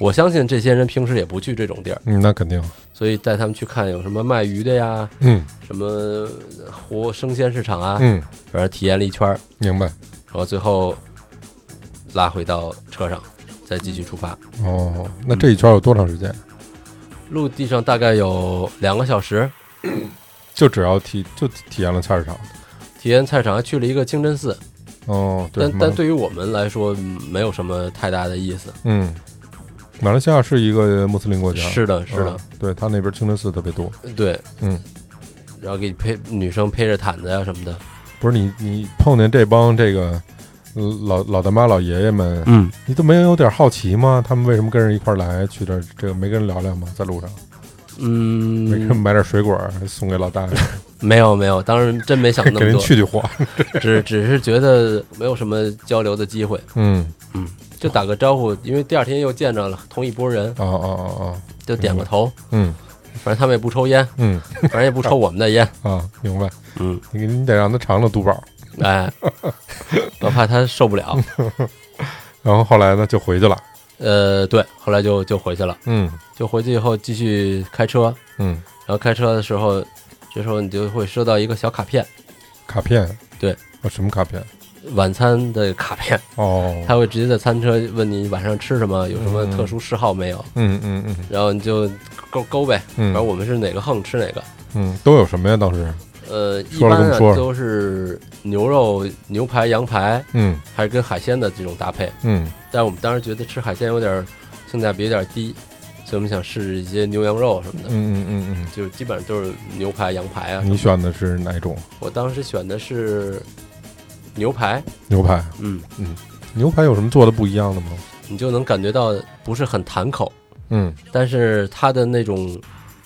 Speaker 2: 我相信这些人平时也不去这种地儿，
Speaker 1: 嗯，那肯定，
Speaker 2: 所以带他们去看有什么卖鱼的呀，
Speaker 1: 嗯
Speaker 2: 什么活生鲜市场啊，
Speaker 1: 嗯，
Speaker 2: 反正体验了一圈儿，
Speaker 1: 明白。
Speaker 2: 然后最后拉回到车上，再继续出发。
Speaker 1: 哦，那这一圈有多长时间？
Speaker 2: 陆地上大概有两个小时，
Speaker 1: 就只要体就体验了菜市场。
Speaker 2: 体验菜市场，还去了一个清真寺，
Speaker 1: 哦，对，
Speaker 2: 但
Speaker 1: 马
Speaker 2: 但对于我们来说嗯没有什么太大的意思。
Speaker 1: 嗯，马来西亚是一个穆斯林国家，
Speaker 2: 是的，是的
Speaker 1: 嗯，，对他那边清真寺特别多。
Speaker 2: 对，
Speaker 1: 嗯，
Speaker 2: 然后给你配女生配着毯子呀、什么的，
Speaker 1: 不是你你碰见这帮这个呃老老大妈老爷爷们，
Speaker 2: 嗯，
Speaker 1: 你都没有点好奇吗？他们为什么跟人一块儿来去这儿这个没跟人聊聊吗？在路上没跟人
Speaker 2: 嗯，
Speaker 1: 买点水果儿送给老大爷，
Speaker 2: 没有没有，当时真没想 <laughs> 那
Speaker 1: <laughs> 给
Speaker 2: 么
Speaker 1: 人
Speaker 2: 多，
Speaker 1: 去去火。
Speaker 2: 只只是觉得没有什么交流的机会，
Speaker 1: 嗯，
Speaker 2: 就打个招呼，因为第二天又见着了同一拨人，
Speaker 1: 哦哦哦
Speaker 2: 就点个头，
Speaker 1: 哦，嗯
Speaker 2: 反正他们也不抽烟，
Speaker 1: 嗯
Speaker 2: 反正也不抽我们的烟，
Speaker 1: 啊，明白。
Speaker 2: <laughs> 嗯，
Speaker 1: 你你得让他尝尝都宝。
Speaker 2: 哎，我怕他受不了，
Speaker 1: 然后后来呢，就回去了。
Speaker 2: 呃，对，后来就就回去了，
Speaker 1: 嗯
Speaker 2: 就回去以后继续开车，
Speaker 1: 嗯，
Speaker 2: 然后开车的时候，这时候你就会收到一个小卡片，
Speaker 1: 卡片，
Speaker 2: 对
Speaker 1: 哦，什么卡片？
Speaker 2: 晚餐的卡片，
Speaker 1: 哦，
Speaker 2: 他会直接在餐车问你晚上吃什么，有什么
Speaker 1: 嗯
Speaker 2: 特殊嗜好没有，
Speaker 1: 嗯嗯嗯
Speaker 2: 然后你就勾勾呗，
Speaker 1: 嗯
Speaker 2: 反正我们是哪个横吃哪个。
Speaker 1: 嗯，都有什么呀？当时，
Speaker 2: 呃，一
Speaker 1: 说了
Speaker 2: 般
Speaker 1: 跟
Speaker 2: 啊
Speaker 1: 不说了
Speaker 2: 都是牛肉、牛排、羊排，
Speaker 1: 嗯
Speaker 2: 还是跟海鲜的这种搭配。
Speaker 1: 嗯
Speaker 2: 但我们当时觉得吃海鲜有点儿性价比有点儿低，所以我们想试一些牛羊肉什么
Speaker 1: 嗯
Speaker 2: 的，
Speaker 1: 嗯嗯
Speaker 2: 就是基本上都是牛排、羊排啊
Speaker 1: 嗯，。你选的是哪种
Speaker 2: 我当时选的是牛排，
Speaker 1: 牛排？
Speaker 2: 嗯，
Speaker 1: 牛排有什么做的不一样的吗？
Speaker 2: 你就能感觉到不是很弹口，
Speaker 1: 嗯
Speaker 2: 但是它的那种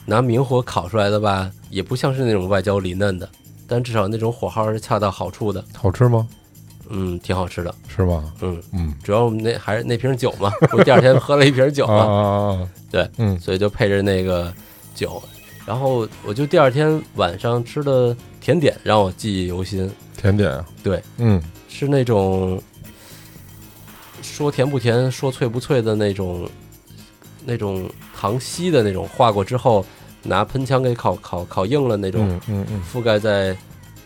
Speaker 2: 拿明火烤出来的吧，也不像是那种外焦里嫩的，但至少那种火候是恰到好处的，
Speaker 1: 好吃吗？
Speaker 2: 嗯，挺好吃的，
Speaker 1: 是吧？
Speaker 2: 嗯。
Speaker 1: 嗯，
Speaker 2: 主要我们那还是那瓶酒嘛，我第二天喝了一瓶酒
Speaker 1: 啊
Speaker 2: 嘛，
Speaker 1: 啊啊！
Speaker 2: 对，
Speaker 1: 嗯
Speaker 2: 所以就配着那个酒。然后我就第二天晚上吃的甜点让我记忆犹新，
Speaker 1: 甜点啊，
Speaker 2: 对，
Speaker 1: 嗯
Speaker 2: 是那种说甜不甜、说脆不脆的那种那种糖稀的那种，化过之后拿喷枪给烤烤烤硬了那种，
Speaker 1: 嗯嗯嗯
Speaker 2: 覆盖在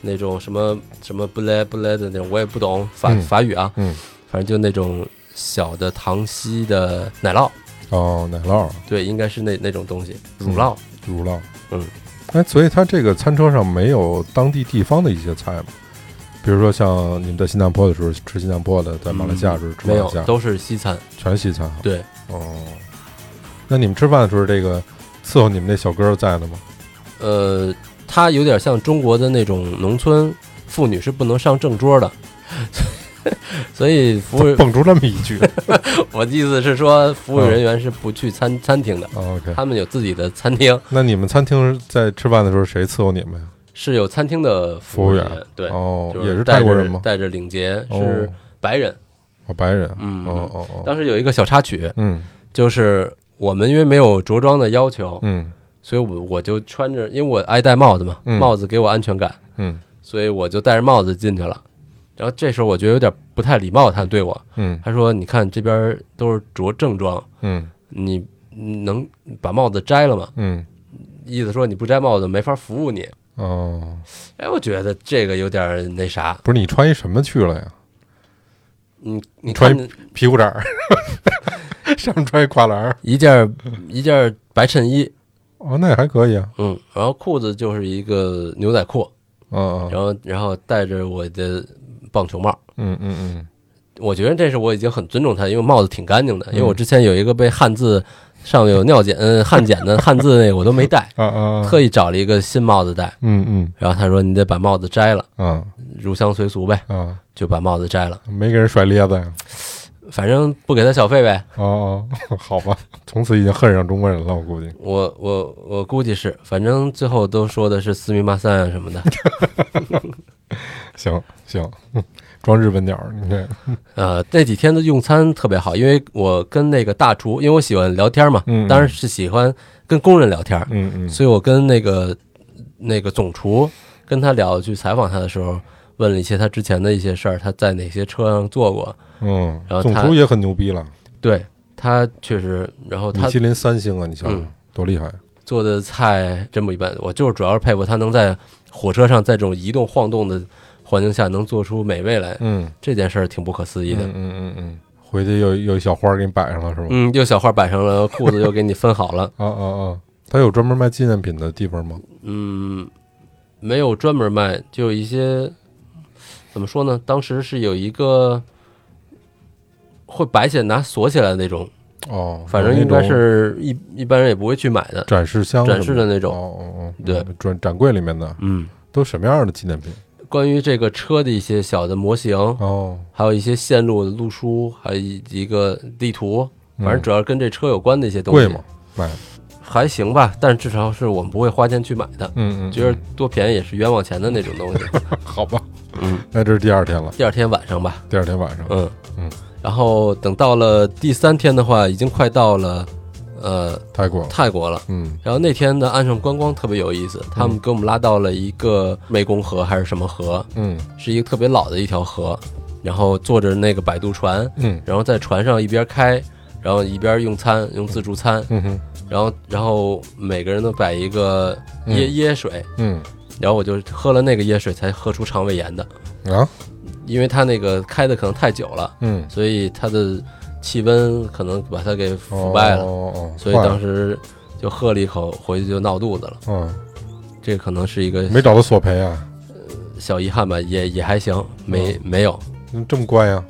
Speaker 2: 那种什么什么不勒不勒的那种，我也不懂法、
Speaker 1: 嗯
Speaker 2: 法语啊，
Speaker 1: 嗯，
Speaker 2: 反正就那种小的糖稀的奶酪，
Speaker 1: 哦，奶酪、
Speaker 2: 对，应该是那那种东西，
Speaker 1: 嗯
Speaker 2: 乳酪。
Speaker 1: 乳酪，
Speaker 2: 嗯，
Speaker 1: 哎，所以它这个餐车上没有当地地方的一些菜吗？比如说像你们在新加坡的时候吃新加坡的，在马来西亚的时候吃马
Speaker 2: 没
Speaker 1: 来
Speaker 2: 有
Speaker 1: 西亚，，
Speaker 2: 都是西餐。
Speaker 1: 全西餐啊。
Speaker 2: 对，
Speaker 1: 哦，那你们吃饭的时候，这个伺候你们那小哥在呢吗？
Speaker 2: 呃，它有点像中国的那种农村妇女是不能上正桌的，所以服务
Speaker 1: 蹦出这么一
Speaker 2: <laughs>
Speaker 1: 句
Speaker 2: 我的意思是说，服务人员是不去餐餐厅的，
Speaker 1: 哦，OK。
Speaker 2: 他们有自己的餐厅，
Speaker 1: 那你们餐厅在吃饭的时候谁伺候你们呀？
Speaker 2: 是有餐厅的服务人
Speaker 1: 服务
Speaker 2: 员。对，
Speaker 1: 哦，
Speaker 2: 就
Speaker 1: 也是
Speaker 2: 带
Speaker 1: 泰国
Speaker 2: 着
Speaker 1: 人吗？
Speaker 2: 带着领结
Speaker 1: 哦
Speaker 2: 是白人。
Speaker 1: 哦，白人啊。
Speaker 2: 嗯
Speaker 1: 哦哦哦。
Speaker 2: 当时有一个小插曲，
Speaker 1: 嗯
Speaker 2: 就是我们因为没有着装的要求，
Speaker 1: 嗯
Speaker 2: 所以我我就穿着，因为我爱戴帽子嘛，
Speaker 1: 嗯
Speaker 2: 帽子给我安全感，
Speaker 1: 嗯
Speaker 2: 所以我就戴着帽子进去了。然后这时候我觉得有点不太礼貌，他对我，
Speaker 1: 嗯
Speaker 2: 他说：“你看这边都是着正装，
Speaker 1: 嗯
Speaker 2: 你能把帽子摘了吗？
Speaker 1: 嗯，
Speaker 2: 意思说你不摘帽子没法服务你。
Speaker 1: 哦，”
Speaker 2: 哎，我觉得这个有点那啥，
Speaker 1: 不是你穿一什么去了呀？
Speaker 2: 你你
Speaker 1: 穿
Speaker 2: 看
Speaker 1: 屁股衩儿， <laughs> 上面穿一跨栏儿，
Speaker 2: 一件一件白衬衣，
Speaker 1: 哦，那也还可以啊，
Speaker 2: 嗯，然后裤子就是一个牛仔裤，
Speaker 1: 嗯
Speaker 2: 然后然后戴着我的棒球帽。
Speaker 1: 嗯嗯嗯
Speaker 2: 我觉得这是我已经很尊重他，因为帽子挺干净的。因为
Speaker 1: 嗯
Speaker 2: 我之前有一个被汉字上面有尿检，嗯， <laughs> 汉检的汉字那个我都没戴，
Speaker 1: 嗯啊啊，
Speaker 2: 特意找了一个新帽子戴。
Speaker 1: 嗯嗯
Speaker 2: 然后他说你得把帽子摘了，
Speaker 1: 啊
Speaker 2: 入乡随俗呗，
Speaker 1: 啊，
Speaker 2: 就把帽子摘了，
Speaker 1: 没给人甩咧子呀？
Speaker 2: 反正不给他小费呗。
Speaker 1: 哦哦，好吧，从此已经恨上中国人了，我估计。
Speaker 2: 我我我估计是，反正最后都说的是斯密马三啊什么
Speaker 1: <laughs>
Speaker 2: 的，
Speaker 1: 行行，装日本鸟儿，你这，
Speaker 2: 呃，那几天的用餐特别好，因为我跟那个大厨，因为我喜欢聊天嘛，
Speaker 1: 嗯
Speaker 2: 当然是喜欢跟工人聊天，
Speaker 1: 嗯嗯
Speaker 2: 所以我跟那个那个总厨跟他聊，去采访他的时候，问了一些他之前的一些事儿，他在哪些车上坐过，
Speaker 1: 嗯
Speaker 2: 然，后
Speaker 1: 总
Speaker 2: 他
Speaker 1: 厨也很牛逼了，
Speaker 2: 对他确实，然后
Speaker 1: 米
Speaker 2: 他
Speaker 1: 其林三星啊，你想
Speaker 2: 嗯
Speaker 1: 想多厉害！
Speaker 2: 做的菜真不一般，我就是主要是佩服他能在火车上在这种移动晃动的环境下能做出美味来，
Speaker 1: 嗯，
Speaker 2: 这件事儿挺不可思议
Speaker 1: 嗯
Speaker 2: 的。
Speaker 1: 嗯嗯嗯，回去又又一小花儿给你摆上了是吧？
Speaker 2: 嗯，又小画摆上了，裤子又给你分好了。
Speaker 1: 啊啊啊！他有专门卖纪念品的地方吗？
Speaker 2: 嗯，没有专门卖，就有一些怎么说呢？当时是有一个会摆起来拿锁起来的那种，
Speaker 1: 哦，
Speaker 2: 反正
Speaker 1: 有那
Speaker 2: 应该
Speaker 1: 种
Speaker 2: 是一一般人也不会去买的。
Speaker 1: 展示箱什么、
Speaker 2: 展示的那种
Speaker 1: 哦哦哦，
Speaker 2: 对
Speaker 1: 嗯，展展柜里面的
Speaker 2: 嗯，
Speaker 1: 都什么样的纪念品？
Speaker 2: 关于这个车的一些小的模型，
Speaker 1: 哦，
Speaker 2: 还有一些线路的路书，还有一一个地图，
Speaker 1: 嗯
Speaker 2: 反正主要跟这车有关的一些东西。
Speaker 1: 贵吗？？卖的？
Speaker 2: 还行吧，但至少是我们不会花钱去买的，
Speaker 1: 嗯嗯，
Speaker 2: 觉得多便宜也是冤枉钱的那种
Speaker 1: <laughs>
Speaker 2: 东西。
Speaker 1: 嗯好吧。
Speaker 2: 嗯，
Speaker 1: 那这是第二天了，
Speaker 2: 第二天晚上吧，
Speaker 1: 第二天晚上，
Speaker 2: 嗯
Speaker 1: 嗯，
Speaker 2: 然后等到了第三天的话，已经快到了呃
Speaker 1: 泰国，
Speaker 2: 泰国了。
Speaker 1: 嗯
Speaker 2: 然后那天的岸上观光特别有意思，他们给我们拉到了一个湄公河还是什么河，
Speaker 1: 嗯
Speaker 2: 是一个特别老的一条河，然后坐着那个摆渡船，
Speaker 1: 嗯
Speaker 2: 然后在船上一边开，然后一边用餐，用自助餐，
Speaker 1: 嗯哼
Speaker 2: 然后然后每个人都摆一个椰椰水，
Speaker 1: 嗯
Speaker 2: 然后我就喝了那个椰水才喝出肠胃炎的，
Speaker 1: 啊
Speaker 2: 因为它那个开的可能太久了。
Speaker 1: 嗯
Speaker 2: 所以它的气温可能把它给腐败了，
Speaker 1: 哦哦哦，
Speaker 2: 所以当时就喝了一口，回去就闹肚子了。
Speaker 1: 坏了嗯
Speaker 2: 这可能是一个
Speaker 1: 没找到索赔啊，
Speaker 2: 小遗憾吧，也也还行，
Speaker 1: 哦
Speaker 2: 没没有。
Speaker 1: 你这么乖呀、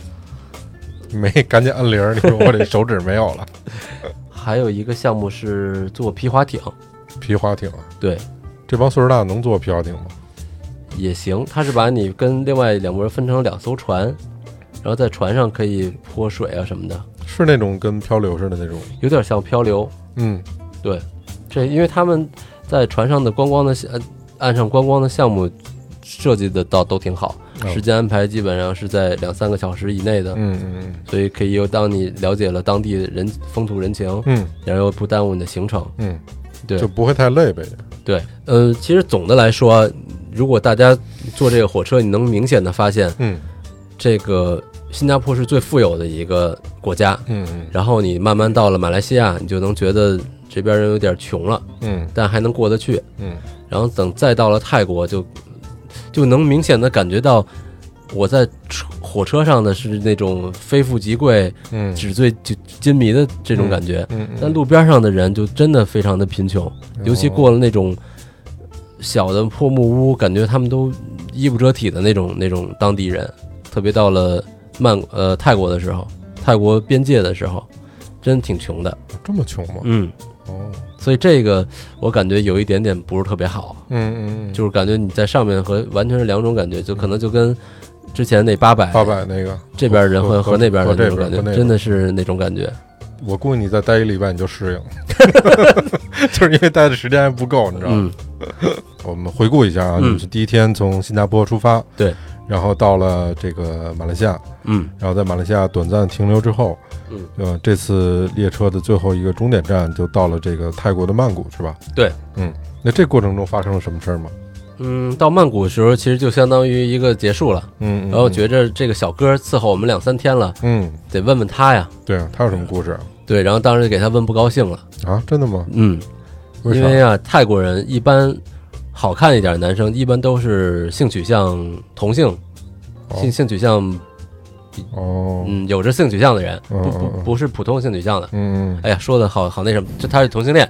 Speaker 1: 没，赶紧按铃儿！你说我这手指没有了，
Speaker 2: 还有一个项目是坐皮划艇，
Speaker 1: 皮划艇啊，
Speaker 2: 对，
Speaker 1: 这帮岁数大的能坐皮划艇吗？
Speaker 2: 也行。它是把你跟另外两拨人分成两艘船，然后在船上可以泼水啊什么的，
Speaker 1: 是那种跟漂流似的那种，
Speaker 2: 有点像漂流。
Speaker 1: 嗯
Speaker 2: 对，这因为他们在船上的观光的呃岸上观光的项目设计的倒都挺好，
Speaker 1: 嗯
Speaker 2: 时间安排基本上是在两三个小时以内的，
Speaker 1: 嗯嗯
Speaker 2: 所以可以又当你了解了当地人风土人情，
Speaker 1: 嗯
Speaker 2: 然后又不耽误你的行程。
Speaker 1: 嗯
Speaker 2: 对
Speaker 1: 嗯，就不会太累呗。
Speaker 2: 对，呃，其实总的来说，啊如果大家坐这个火车，你能明显的发现，
Speaker 1: 嗯
Speaker 2: 这个新加坡是最富有的一个国家。
Speaker 1: 嗯嗯
Speaker 2: 然后你慢慢到了马来西亚，你就能觉得这边人有点穷了，
Speaker 1: 嗯
Speaker 2: 但还能过得去。
Speaker 1: 嗯
Speaker 2: 然后等再到了泰国就，就能明显的感觉到我在车火车上的是那种非富即贵、
Speaker 1: 嗯
Speaker 2: 纸醉金金迷的这种感觉，
Speaker 1: 嗯，哦
Speaker 2: 但路边上的人就真的非常的贫穷，尤其过了那种小的破木屋，感觉他们都衣不遮体的那种那种当地人，特别到了曼谷呃泰国的时候，泰国边界的时候，真挺穷的，
Speaker 1: 这么穷吗？
Speaker 2: 嗯，
Speaker 1: 哦，
Speaker 2: 所以这个我感觉有一点点不是特别好。
Speaker 1: 嗯嗯，
Speaker 2: 就是感觉你在上面和完全是两种感觉，就可能就跟之前那八百
Speaker 1: 八百那个，
Speaker 2: 这边人和
Speaker 1: 和
Speaker 2: 和那边
Speaker 1: 和
Speaker 2: 人那
Speaker 1: 这
Speaker 2: 种
Speaker 1: 边
Speaker 2: 感
Speaker 1: 和那
Speaker 2: 觉，
Speaker 1: 边
Speaker 2: 真的是那种感觉。
Speaker 1: 我估计你再待一礼拜你就适应了，就是因为待的时间还不够，你知道吗？
Speaker 2: 嗯，
Speaker 1: 我们回顾一下啊，
Speaker 2: 嗯
Speaker 1: 你是第一天从新加坡出发，
Speaker 2: 对，
Speaker 1: 然后到了这个马来西亚，
Speaker 2: 嗯
Speaker 1: 然后在马来西亚短暂停留之后，
Speaker 2: 嗯，
Speaker 1: 呃，这次列车的最后一个终点站就到了这个泰国的曼谷，是吧？
Speaker 2: 对，
Speaker 1: 嗯，那这过程中发生了什么事儿吗？
Speaker 2: 嗯，到曼谷的时候，其实就相当于一个结束了。
Speaker 1: 嗯，嗯
Speaker 2: 然后觉着这个小哥伺候我们两三天了，
Speaker 1: 嗯，嗯
Speaker 2: 得问问他呀。
Speaker 1: 对啊，他有什么故事
Speaker 2: 对，然后当时给他问不高兴了，
Speaker 1: 啊？真的吗？
Speaker 2: 嗯，
Speaker 1: 为
Speaker 2: 因
Speaker 1: 啥？
Speaker 2: 为啊，泰国人一般好看一点的男生，一般都是性取向同性，
Speaker 1: 哦
Speaker 2: 性性取向，
Speaker 1: 哦，
Speaker 2: 嗯，有着性取向的人，
Speaker 1: 嗯
Speaker 2: 不
Speaker 1: 嗯
Speaker 2: 不
Speaker 1: 嗯
Speaker 2: 不是普通性取向的。
Speaker 1: 嗯
Speaker 2: 哎呀，说的好好那什么，就他是同性恋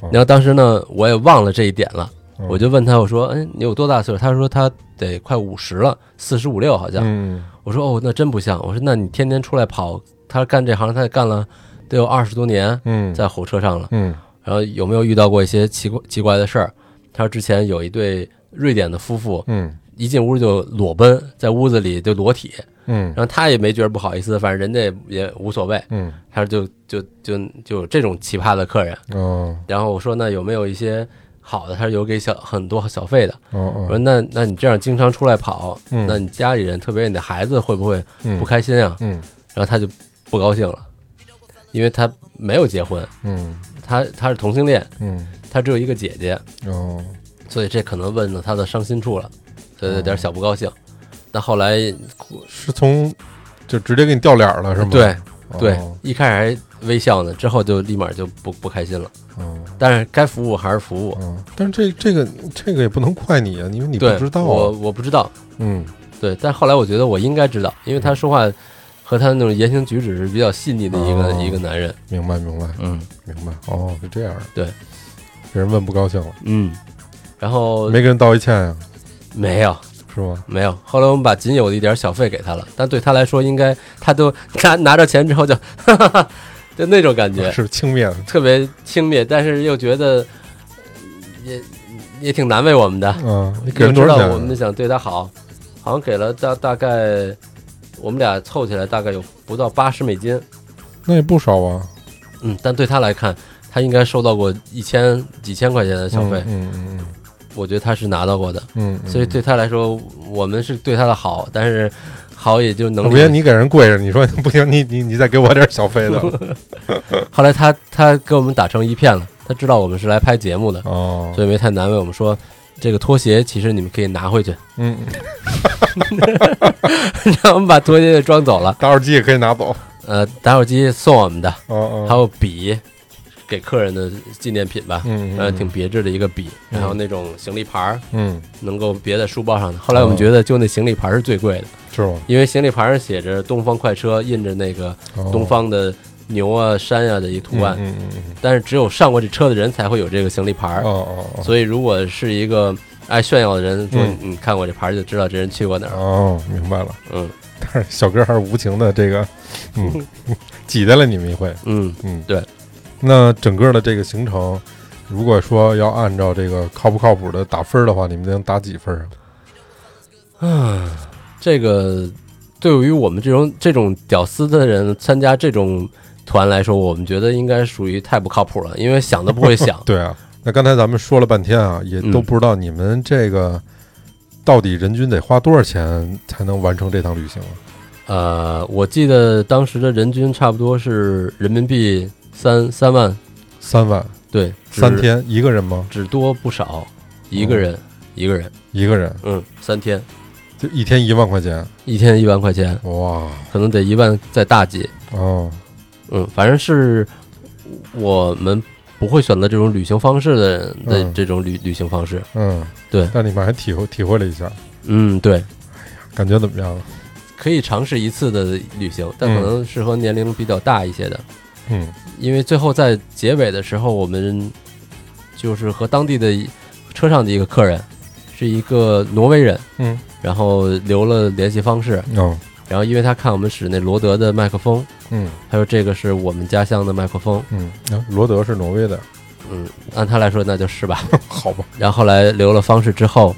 Speaker 1: 哦。
Speaker 2: 然后当时呢，我也忘了这一点了，
Speaker 1: 嗯
Speaker 2: 我就问他，我说，嗯，你有多大岁数？他说他得快五十了，四十五六好像。
Speaker 1: 嗯
Speaker 2: 我说哦，那真不像。我说那你天天出来跑，他干这行他也干了得有二十多年，
Speaker 1: 嗯
Speaker 2: 在火车上了。
Speaker 1: 嗯
Speaker 2: 然后有没有遇到过一些奇怪奇怪的事儿？他说之前有一对瑞典的夫妇，
Speaker 1: 嗯
Speaker 2: 一进屋就裸奔，在屋子里就裸体，
Speaker 1: 嗯
Speaker 2: 然后他也没觉得不好意思，反正人家也也无所谓。
Speaker 1: 嗯
Speaker 2: 他说就就就就有这种奇葩的客人。
Speaker 1: 嗯，哦
Speaker 2: 然后我说那有没有一些好的？他说有给小很多小费的。
Speaker 1: 哦
Speaker 2: 我说
Speaker 1: 哦，
Speaker 2: 那那你这样经常出来跑，
Speaker 1: 嗯
Speaker 2: 那你家里人，特别是你的孩子会不会
Speaker 1: 嗯
Speaker 2: 不开心啊？
Speaker 1: 嗯
Speaker 2: 然后他就不高兴了，因为他没有结婚，
Speaker 1: 嗯
Speaker 2: 他他是同性恋，
Speaker 1: 嗯
Speaker 2: 他只有一个姐姐，
Speaker 1: 哦
Speaker 2: 所以这可能问到他的伤心处了，所以有点小不高兴。但后来，
Speaker 1: 哦是从就直接给你掉脸儿了是吗？
Speaker 2: 对
Speaker 1: 哦
Speaker 2: 对，一开始还微笑呢，之后就立马就不不开心了。
Speaker 1: 哦
Speaker 2: 但是该服务还是服务，
Speaker 1: 嗯，但是这这个这个也不能怪你啊，因为你不
Speaker 2: 对，
Speaker 1: 知道
Speaker 2: 我
Speaker 1: 啊。
Speaker 2: 我不知道，
Speaker 1: 嗯
Speaker 2: 对。但后来我觉得我应该知道，因为他说话和他那种言行举止是比较细腻的一个、
Speaker 1: 哦
Speaker 2: 一个男人。，
Speaker 1: 明白明白
Speaker 2: 嗯
Speaker 1: 明白。哦，是这样的。
Speaker 2: 对，
Speaker 1: 给人问不高兴了，
Speaker 2: 嗯。然后
Speaker 1: 没给人道一歉呀，
Speaker 2: 没有，
Speaker 1: 是吗？
Speaker 2: 没有，后来我们把仅有的一点小费给他了，但对他来说，应该他都拿拿着钱之后就， <laughs> 哈哈哈，就那种感觉，
Speaker 1: <laughs> 哦是轻蔑的。
Speaker 2: 特别轻蔑，但是又觉得呃也也挺难为我们的。
Speaker 1: 嗯，你给
Speaker 2: 又
Speaker 1: 人
Speaker 2: 知
Speaker 1: 多少
Speaker 2: 道
Speaker 1: 钱
Speaker 2: 我们
Speaker 1: 啊？
Speaker 2: 想对他好，好像给了大大概我们俩凑起来大概有不到八十美金，
Speaker 1: 那也不少啊，
Speaker 2: 嗯，但对他来看，他应该收到过一千几千块钱的小费，
Speaker 1: 嗯嗯嗯
Speaker 2: 我觉得他是拿到过的，
Speaker 1: 嗯嗯。
Speaker 2: 所以对他来说，我们是对他的好，但是好也就能
Speaker 1: 不
Speaker 2: 理解
Speaker 1: 行，你给人跪着，你说不行，你你你再给我点小
Speaker 2: <laughs>
Speaker 1: 费的
Speaker 2: 后来他他跟我们打成一片了，他知道我们是来拍节目的，
Speaker 1: 哦，
Speaker 2: 所以没太难为我们说，这个拖鞋其实你们可以拿回去， <laughs>
Speaker 1: 嗯，
Speaker 2: 让我们把拖鞋给装走了。
Speaker 1: 打火机也可以拿走，
Speaker 2: 呃，打火机送我们的，
Speaker 1: 哦哦，
Speaker 2: 还有笔，给客人的纪念品吧，
Speaker 1: 嗯，嗯
Speaker 2: 呃，挺别致的一个笔，
Speaker 1: 嗯
Speaker 2: 然后那种行李牌儿
Speaker 1: 嗯，
Speaker 2: 能够别在书包上的。后来我们
Speaker 1: 哦
Speaker 2: 觉得就那行李牌儿是最贵的，
Speaker 1: 是吗？
Speaker 2: 因为行李牌儿上写着“东方快车”，印着那个
Speaker 1: 哦
Speaker 2: 东方的牛啊、山啊的一图案，
Speaker 1: 嗯嗯嗯
Speaker 2: 但是只有上过这车的人才会有这个行李牌儿
Speaker 1: 嗯，。哦哦
Speaker 2: 所以如果是一个爱炫耀的人，说
Speaker 1: 嗯
Speaker 2: 你看我这牌儿就知道这人去过哪
Speaker 1: 哦，
Speaker 2: 儿。
Speaker 1: 哦，明白了。
Speaker 2: 嗯
Speaker 1: 但是小哥还是无情的，这个，嗯， <laughs> 挤兑了你们一回，
Speaker 2: 嗯，
Speaker 1: 嗯，
Speaker 2: 对。
Speaker 1: 那整个的这个行程，如果说要按照这个靠不靠谱的打分儿的话，你们能打几分儿啊？。
Speaker 2: 这个对于我们这种这种屌丝的人参加这种团来说，我们觉得应该属于太不靠谱了，因为想都不会想
Speaker 1: <laughs> 对啊，那刚才咱们说了半天啊，也都
Speaker 2: 嗯
Speaker 1: 不知道你们这个到底人均得花多少钱才能完成这趟旅行啊？
Speaker 2: 呃，我记得当时的人均差不多是人民币三三万，
Speaker 1: 三万
Speaker 2: 对，只
Speaker 1: 三天一个人吗？
Speaker 2: 只多不少，一个人、一个人，
Speaker 1: 一个人
Speaker 2: 嗯，三天
Speaker 1: 就一天一万块钱，
Speaker 2: 一天一万块钱，
Speaker 1: 哇
Speaker 2: 可能得一万再大几。
Speaker 1: 哦，
Speaker 2: 嗯，反正是我们不会选择这种旅行方式的人的
Speaker 1: 嗯
Speaker 2: 这种旅、旅行方式。
Speaker 1: 嗯，
Speaker 2: 对
Speaker 1: 但你们还体会体会了一下，
Speaker 2: 嗯，对，
Speaker 1: 感觉怎么样？
Speaker 2: 可以尝试一次的旅行，但可能适合年龄比较大一些的，
Speaker 1: 嗯
Speaker 2: 因为最后在结尾的时候，我们就是和当地的一车上的一个客人，是一个挪威人，
Speaker 1: 嗯
Speaker 2: 然后留了联系方式，
Speaker 1: 哦
Speaker 2: 然后因为他看我们使那罗德的麦克风，
Speaker 1: 嗯
Speaker 2: 他说这个是我们家乡的麦克风，
Speaker 1: 嗯，啊罗德是挪威的，
Speaker 2: 嗯，按他来说那就是吧。 <laughs>
Speaker 1: 好吧？
Speaker 2: 然后后来留了方式之后，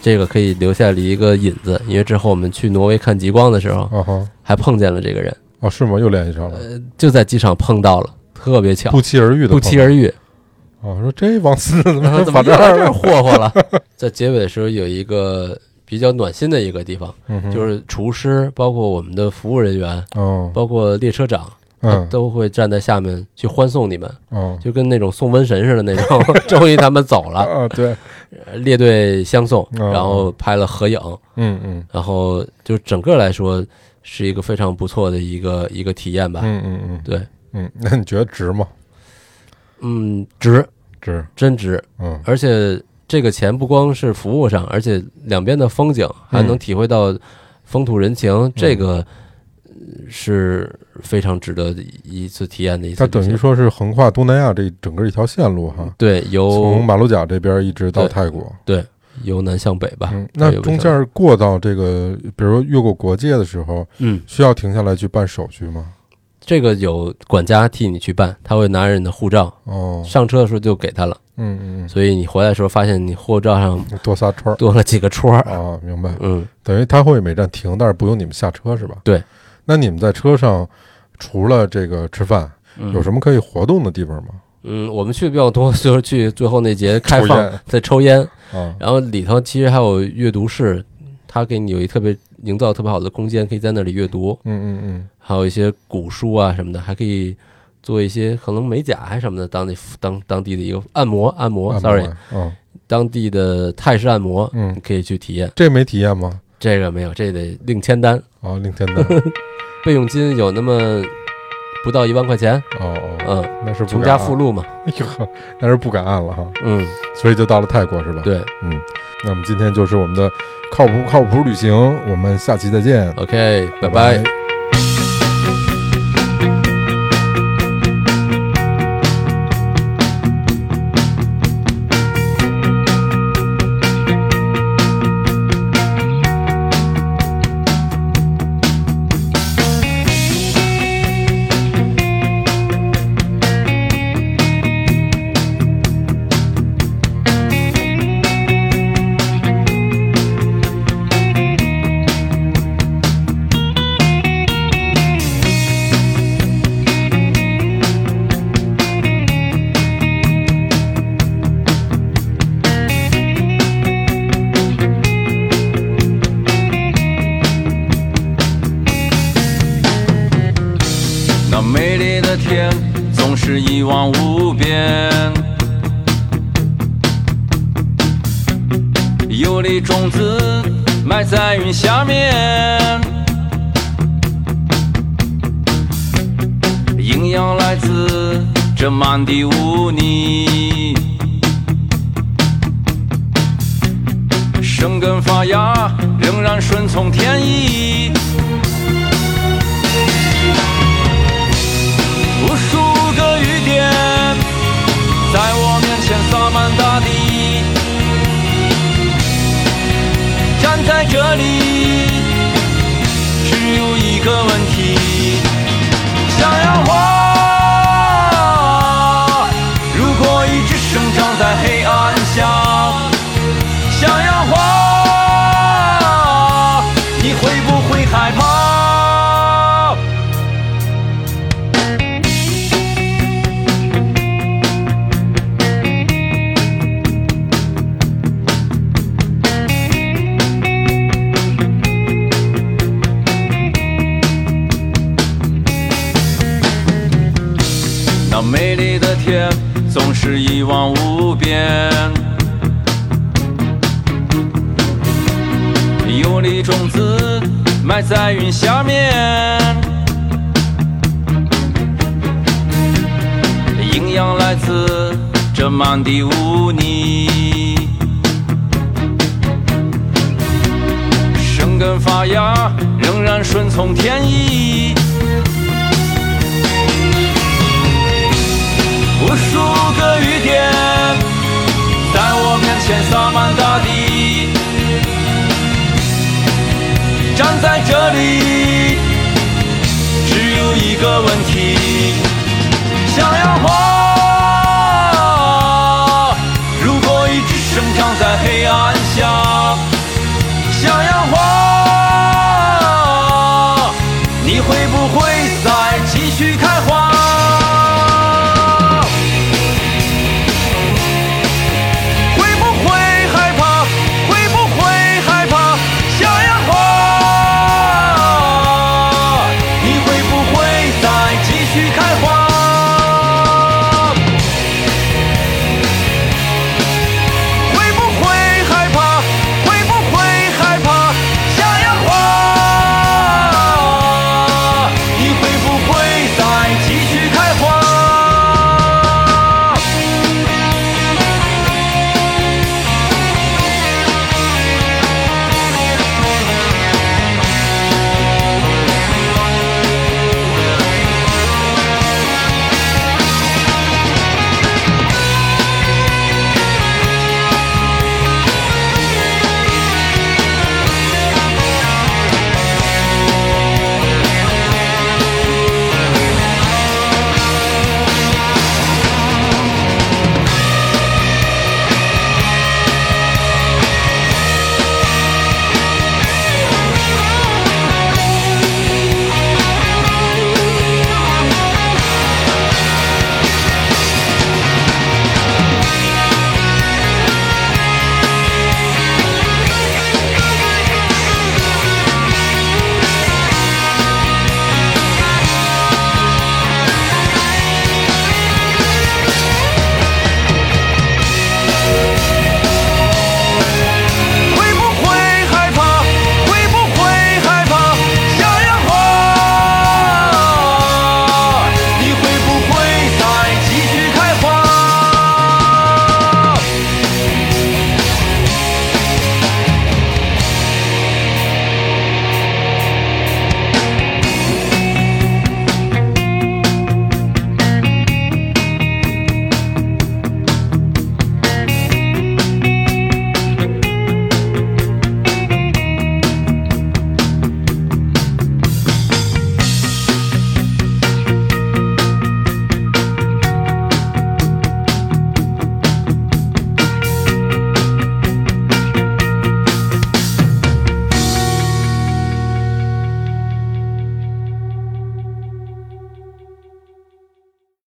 Speaker 2: 这个可以留下了一个引子，因为之后我们去挪威看极光的时候，
Speaker 1: 啊哈，
Speaker 2: 还碰见了这个人，
Speaker 1: 哦是吗？又联系上了，
Speaker 2: 呃，就在机场碰到了，特别巧，
Speaker 1: 不期而遇的
Speaker 2: 不期而
Speaker 1: 遇
Speaker 2: 遇。
Speaker 1: 啊！说这王四怎
Speaker 2: 然后
Speaker 1: 么 <laughs>
Speaker 2: <laughs> 怎么
Speaker 1: 把
Speaker 2: 又
Speaker 1: 这
Speaker 2: 来
Speaker 1: 儿
Speaker 2: 这儿 <laughs>
Speaker 1: 了？
Speaker 2: 霍霍了？在结尾的时候有一个比较暖心的一个地方，
Speaker 1: 嗯哼，
Speaker 2: 就是厨师，包括我们的服务人员，
Speaker 1: 哦，
Speaker 2: 包括列车长，他
Speaker 1: 嗯，
Speaker 2: 都会站在下面去欢送你们，
Speaker 1: 哦，
Speaker 2: 就跟那种送瘟神似的那种。 <laughs> 终于他们走了，
Speaker 1: 啊，对，
Speaker 2: 列队相送，
Speaker 1: 哦
Speaker 2: 然后拍了合影，
Speaker 1: 嗯嗯
Speaker 2: 然后就整个来说是一个非常不错的一个一个体验吧。
Speaker 1: 嗯嗯嗯
Speaker 2: 对，
Speaker 1: 嗯，那你觉得值吗？
Speaker 2: 嗯，值，
Speaker 1: 值，
Speaker 2: 真值，
Speaker 1: 嗯
Speaker 2: 而且这个钱不光是服务上，而且两边的风景还
Speaker 1: 嗯
Speaker 2: 能体会到风土人情，这个呃是非常值得一次体验的一次
Speaker 1: 它
Speaker 2: 旅行。
Speaker 1: 等于说是横跨东南亚这整个一条线路哈，
Speaker 2: 对，
Speaker 1: 从
Speaker 2: 由
Speaker 1: 马六甲这边一直到
Speaker 2: 嗯哦对
Speaker 1: 泰国。
Speaker 2: 由南向北吧。
Speaker 1: 嗯，那
Speaker 2: 对有个
Speaker 1: 中
Speaker 2: 小
Speaker 1: 间过到这个，比如说越过国界的时候，
Speaker 2: 嗯，
Speaker 1: 需要停下来去办手续吗？
Speaker 2: 这个有管家替你去办，他会拿着你的护照，
Speaker 1: 哦，
Speaker 2: 上车的时候就给他了，
Speaker 1: 嗯嗯
Speaker 2: 所以你回来的时候发现你护照上
Speaker 1: 嗯，多仨圈儿
Speaker 2: 多了几个戳儿。
Speaker 1: 啊，明白。
Speaker 2: 嗯，
Speaker 1: 等于他会每站停，但是不用你们下车是吧？
Speaker 2: 对。
Speaker 1: 那你们在车上除了这个吃饭，有什么可以活动的地方吗？
Speaker 2: 嗯，我们去的比较多，就是去最后那节开放
Speaker 1: 烟
Speaker 2: 在抽烟，
Speaker 1: 啊，
Speaker 2: 然后里头其实还有阅读室，它给你有一特别营造特别好的空间，可以在那里阅读，
Speaker 1: 嗯嗯嗯，
Speaker 2: 还有一些古书啊什么的，还可以做一些可能美甲还是什么的，当地当当地的一个按摩按摩
Speaker 1: 按摩
Speaker 2: ，sorry，
Speaker 1: 呀嗯，
Speaker 2: 当地的泰式按摩，
Speaker 1: 嗯
Speaker 2: 你可以去体验。
Speaker 1: 这没体验吗？
Speaker 2: 这个没有，这得另签单，
Speaker 1: 啊，令天
Speaker 2: <laughs>
Speaker 1: 丹，
Speaker 2: 备用金有那么不到一万块钱，
Speaker 1: 哦哦，
Speaker 2: 嗯，
Speaker 1: 那是不
Speaker 2: 穷
Speaker 1: 敢
Speaker 2: 家
Speaker 1: 按
Speaker 2: 富，路嘛，
Speaker 1: <laughs> 哎呦呵，那是不敢按了哈，
Speaker 2: 嗯，
Speaker 1: 所以就到了泰国是吧？，
Speaker 2: 对
Speaker 1: 嗯，那我们今天就是我们的靠谱不靠谱旅行，我们下期再见，
Speaker 2: ，OK，拜
Speaker 1: 拜
Speaker 2: 拜。
Speaker 3: 那美丽的天总是一望无边，有粒种子埋在云下面，营养来自这满地污泥，生根发芽仍然顺从天意。无数个雨点在我面前洒满大地，站在这里，只有一个问题：想要花，如果一直生长在黑暗下。想要花，你会不会害怕？那美丽的天总是一望无边。有粒种子埋在云下面，营养来自这满地污泥，生根发芽仍然顺从天意。无数个雨点在我面前洒满大地，站在这里，只有一个问题：想要花，如果一直生长在黑暗